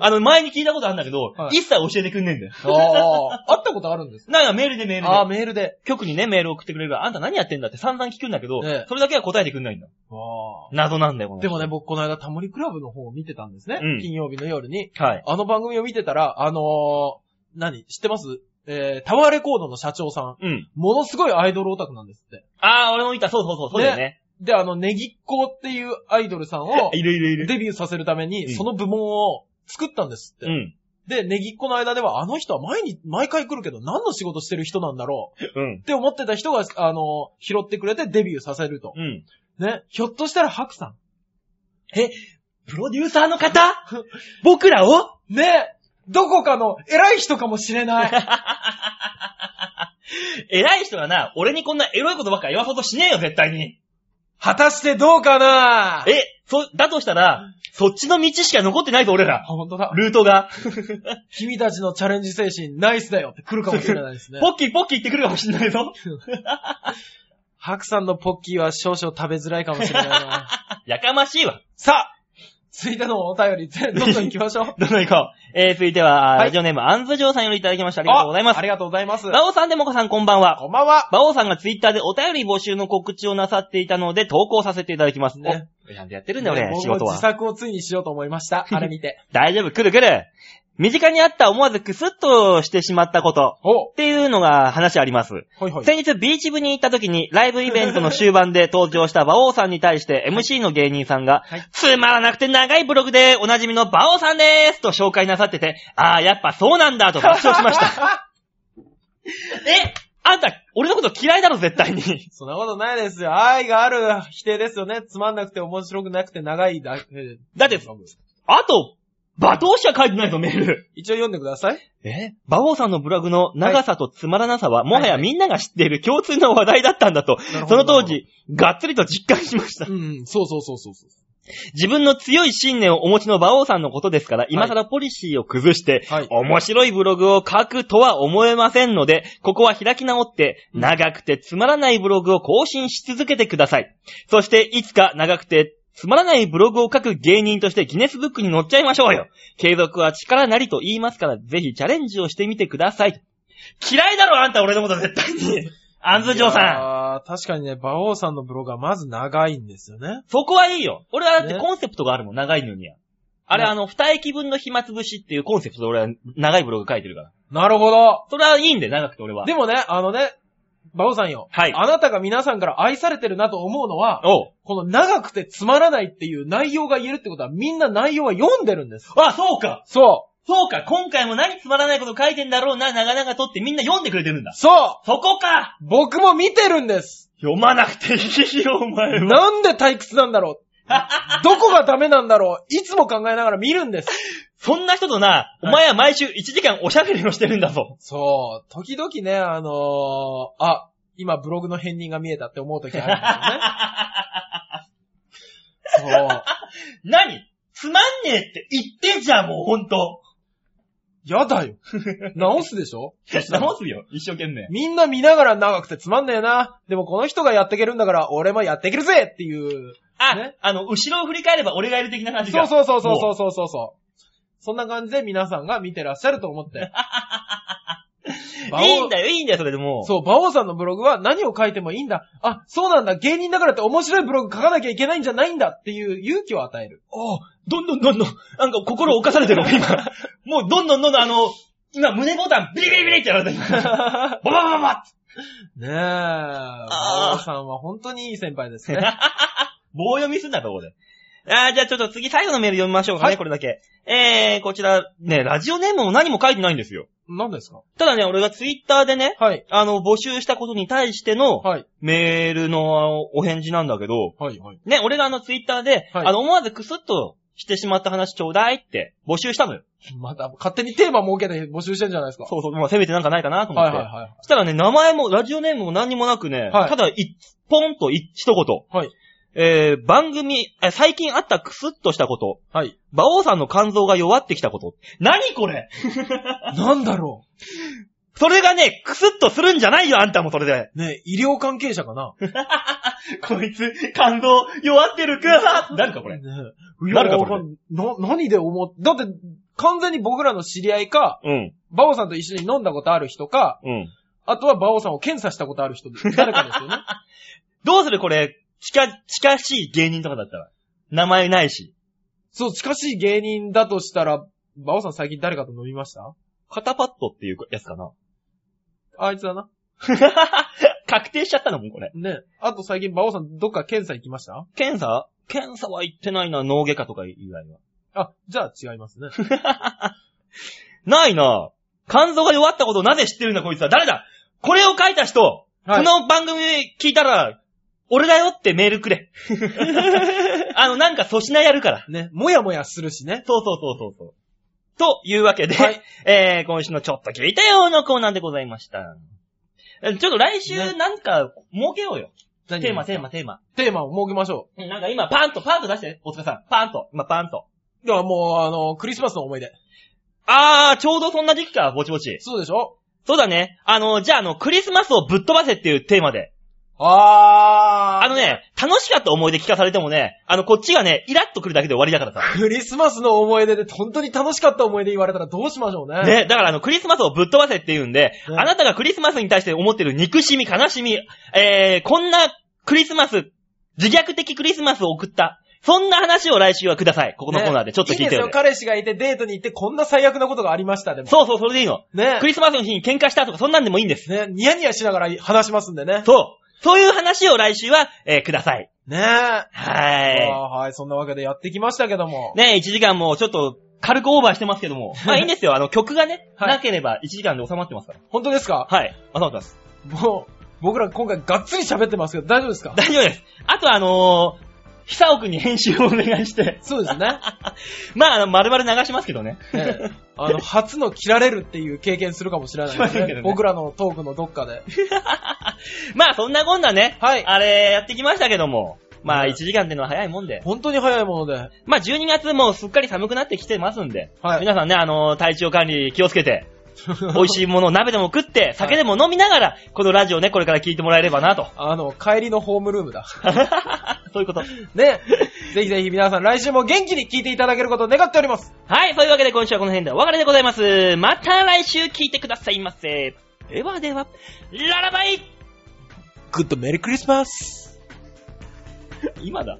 あの、前に聞いたことあるんだけど、はい一切教えてくんねえんだよ。ああ、会ったことあるんですなんかメールでメールああ、で。メールで。局にね、メール送ってくれるから、あんた何やってんだって散々聞くんだけど、ええそれだけは答えてくんないんだ。わあ謎なんだよ、この人でもね、、僕この間タモリクラブの方を見てたんですね。うん金曜日の夜に。はい。あの番組を見てたら、あのー、何知ってますえー、タワーレコードの社長さん。うん。ものすごいアイドルオタクなんですって。ああ、俺も見た。そうそうそう、そうだよね。で、あの、ネギっ子っていうアイドルさ んをいるいるいる。デビューさせるためうんに、その部門を作ったんですって。うん。で、ネギっ子の間では、あの人は毎日、毎回来るけど、何の仕事してる人なんだろううん。って思ってた人が、あの、拾ってくれてデビューさせると。うん。ね、ひょっとしたらハクさプロデューサーの方 僕らをん。ね、どこかの偉い人かもしれ ない。偉い人がな、俺にこんなエロいことばっか言わそうとしねえよ、絶対に。果たしてどうかなえ、そ、だとしたら、そっちの道しか残ってないぞ、俺あ、ら。ほんとだ。ルートが。君たちのチャレンジ精神、ナイスだよって来るかもしれないですね。ポッキーポッキーってくるかもしんないぞ。ハクさんのポッキーは少々食べづらいかもしれないな。 やかましいわ。さあ続いてのお便り、ぜどんどん行きましょう。 どんどん行こう。えー、続いては、はいラジオネーム、アンズジョーさんよりいただきました。ありがとうございますああ。りがとうございます。バオさん、デモカさん、こんばんは。こんばんは。バオさんがツイッターでお便り募集の告知をなさっていたので、投稿させていただきます。ねお、ちゃんとやってるんだよ、俺、僕仕も事は自。作をついにしようと思いました。あれ見て。大丈夫、来る来る。身近にあった思わずクスッとしてしまったこと。おっていうのが話あります。はいはい。先日ビーチ部に行った時にライブイベントの終盤で登場した馬王さんに対して MC の芸人さんが、つまらなくて長いブログでおなじみの馬王さんですと紹介なさってて、ああ、やっぱそうなんだと爆笑しました。え、あんた、俺のこと嫌いだろ、絶対に。そんなことないですよ。愛がある否定ですよね。つまんなくて面白くなくて長いだけ。だってあと、罵倒しか書いてないぞ、メール。一応読んでください。え馬王さんのブログの長さとつまらなさは、もはやみんなが知っている共通の話題だったんだと、なるほどその当時、がっつりと実感しましたう。ん、そうそうそうそうそう。自分の強い信念をお持ちの馬王さんのことですから、今更ポリシーを崩して、はい面白いブログを書くとは思えませんので、ここは開き直って、長くてつまらないブログを更新し続けてください。そして、いつか長くてつまらないブログを書く芸人としてギネスブックに載っちゃいましょうよ。継続は力なりと言いますから、ぜひチャレンジをしてみてください。嫌いだろ、あんた俺のこと絶対に。アンズジョーさん。ん。確かにね、馬王さんのブログはまず長いんですよね。そこはいいよ。俺はだってねコンセプトがあるもん、長いのには。あれ、ねあの、二駅分の暇つぶしっていうコンセプトで俺は長いブログ書いてるから。なるほど。それはいいんだよ、長くて俺は。でもね、あのね、馬王さんよ。はいあなたが皆さんから愛されてるなと思うのは、おうこの長くてつまらないっていう内容が言えるってことは、みんな内容は読んでるんです。あ、そうかそそうか今回も何つまらないこと書いてんだろうな、長々とってみんな読んでくれてるんだう。そうそこか僕も見てるんです読まなくていいよ、お前は。なんで退屈なんだろうどこがダメなんだろういつも考えながら見るんです。そんな人とな、お前は毎週1時間おしゃべりをしてるんだぞ。そう、時々ね、あのー、あ、今ブログの片鱗が見えたって思う時あるんですよね。何つまんねえって言ってんじゃん、もうほんと。そう。やだよ。直すでしょ直すよ、一生懸命。みんな見ながら長くてつまんねえな。でもこの人がやっていけるんだから、俺もやっていけるぜっていう。あ、ねあの、後ろを振り返れば俺がいる的な感じそが。うそうそうそうそうそうそうそう。そんな感じで皆さんが見てらっしゃると思って。馬王 いいんだよ、いいんだよ、それでもう。そう、馬王さんのブログは何を書いてもいいんだ。あ、そうなんだ。芸人だからって面白いブログ書かなきゃいけないんじゃないんだっていう勇気を与える。おうどんどんどんどん、なんか心犯されてる、今。もうどんどんどんどん、あの、今胸ボタンビリビリビリってやられた、今。バババババッねえ。馬王さんは本当にいい先輩です ね。棒読みすんな、ここで。あーじゃあちょっと次最後のメール読みましょうかね、はいこれだけ。えー、こちら、ね、ラジオネームも何も書いてないんですよ。何ですかただね、俺がツイッターでね、はい。あの、募集したことに対してのはい。メールのあのお返事なんだけど、はい。はい。ね、俺があのツイッターで、はいあの、思わずクスッとしてしまった話ちょうだいって募集したのよ。また、勝手にテーマ設けて募集してんじゃないですか。そうそう、まあせめてなんかないかなと思っはいて。はいはい。そしたらね、名前も、ラジオネームも何にもなくね、はいただ、い、ポンとい一言。はい。えー、番組、え最近あったクスッとしたこと。はい。馬王さんの肝臓が弱ってきたこと。何これなんだろそれがね、クスッとするんじゃないよ、あんたもそれで。う。ねえ医療関係者かなこいつ、肝臓弱ってるくさ何かこれ。ねえなるかいやわんな、何で思っ、だって、完全に僕らの知り合いか、うん、バオさんと一緒に飲んだことある人か、うん。あとはバオさんを検査したことある人、誰かですよね。どうするこれ、近、近しい芸人とかだったら。名前ないし。そう、近しい芸人だとしたら、バオさん最近誰かと飲みました肩パッドっていうやつかな。あいつだな。 確定しちゃったのもうこれ。ね。あと最近バオさんどっか検査行きました検査検査は行ってないな、脳外科とか以外は。あ、じゃあ違います ね。ないな肝臓が弱ったことをなぜ知ってるんだこいつは。誰だこれを書いた人、はいこの番組聞いたら、俺だよってメールく れ。あの、なんか粗品やるから。ね。もやもやするしね。そうそうそうそうそう。というわけで、はいえー、今週のちょっと聞いたよのコーナーでございました。えちょっと来週ねなんか設けようよ。テテーマ、テーマ、。テーマ。テーマを設けましょうんなんか今パンとパンと出して、大塚さん。パンと。今パンと。う。ではもう、あの、クリスマスの思い出。あー、ちょうどそんな時期か、ぼちぼち。そうでしょそうだね。あの、じゃあ、あの、クリスマスをぶっ飛ばせっていうテーマで。あー。あのね、楽しかった思い出聞かされてもね、あの、こっちがね、イラッとくるだけで終わりだからさ。クリスマスの思い出で本当に楽しかった思い出言われたらどうしましょうね。ね、だからあの、クリスマスをぶっ飛ばせっていうんで、うんあなたがクリスマスに対して思ってる憎しみ、悲しみ、えー、こんなクリスマス、自虐的クリスマスを送った、そんな話を来週はください。ここのコーナーでちょっと聞いいいてですよ、よ、彼氏がいてデートに行ってこんな最悪なことがありました、でも。そうそう、それでいいの。ねクリスマスの日に喧嘩したとか、そんなんでもいいんです。ねニヤニヤしながら話しますんでね。そう。そういう話を来週は、えーください。ねえ。はあーはい、そんなわけでやってきましたけども。ーい。ねえ、1時間もうちょっと、軽くオーバーしてますけど も。まあいいんですよ。あの、曲がね、はいなければ1時間で収まってますから。本当ですかはい。収まってます。もう、僕ら今回がっつり喋ってますけど、大丈夫ですか大丈夫です。あとはあのー、久尾くんに編集をお願いして。 そうですね。まあ、あの、丸々流しますけどね。ええあ の、初の切られるっていう経験するかもしれなしいですませんね。けどね僕らのトークのどっかで。まあ、そんなこんなね、はい。あれ、やってきましたけども。まあ、うん1時間っていうのは早いもんで。本当に早いもので。まあ、12月もうすっかり寒くなってきてますんで。はい。皆さんね、あのー、体調管理気をつけ て、 美味しいものを鍋でも食って、酒でも飲みながら、このラジオね、これから聞いてもらえれば なと。あの、帰りのホームルームだ。そういうこと。ね。 ぜひぜひ皆さん来週も元気に聞いていただけることを願っております。はい、そういうわけで今週はこの辺でお別れでございます。また来週聞いてくださいませ。ではでは、ララバイグッドメリークリスマス今だ。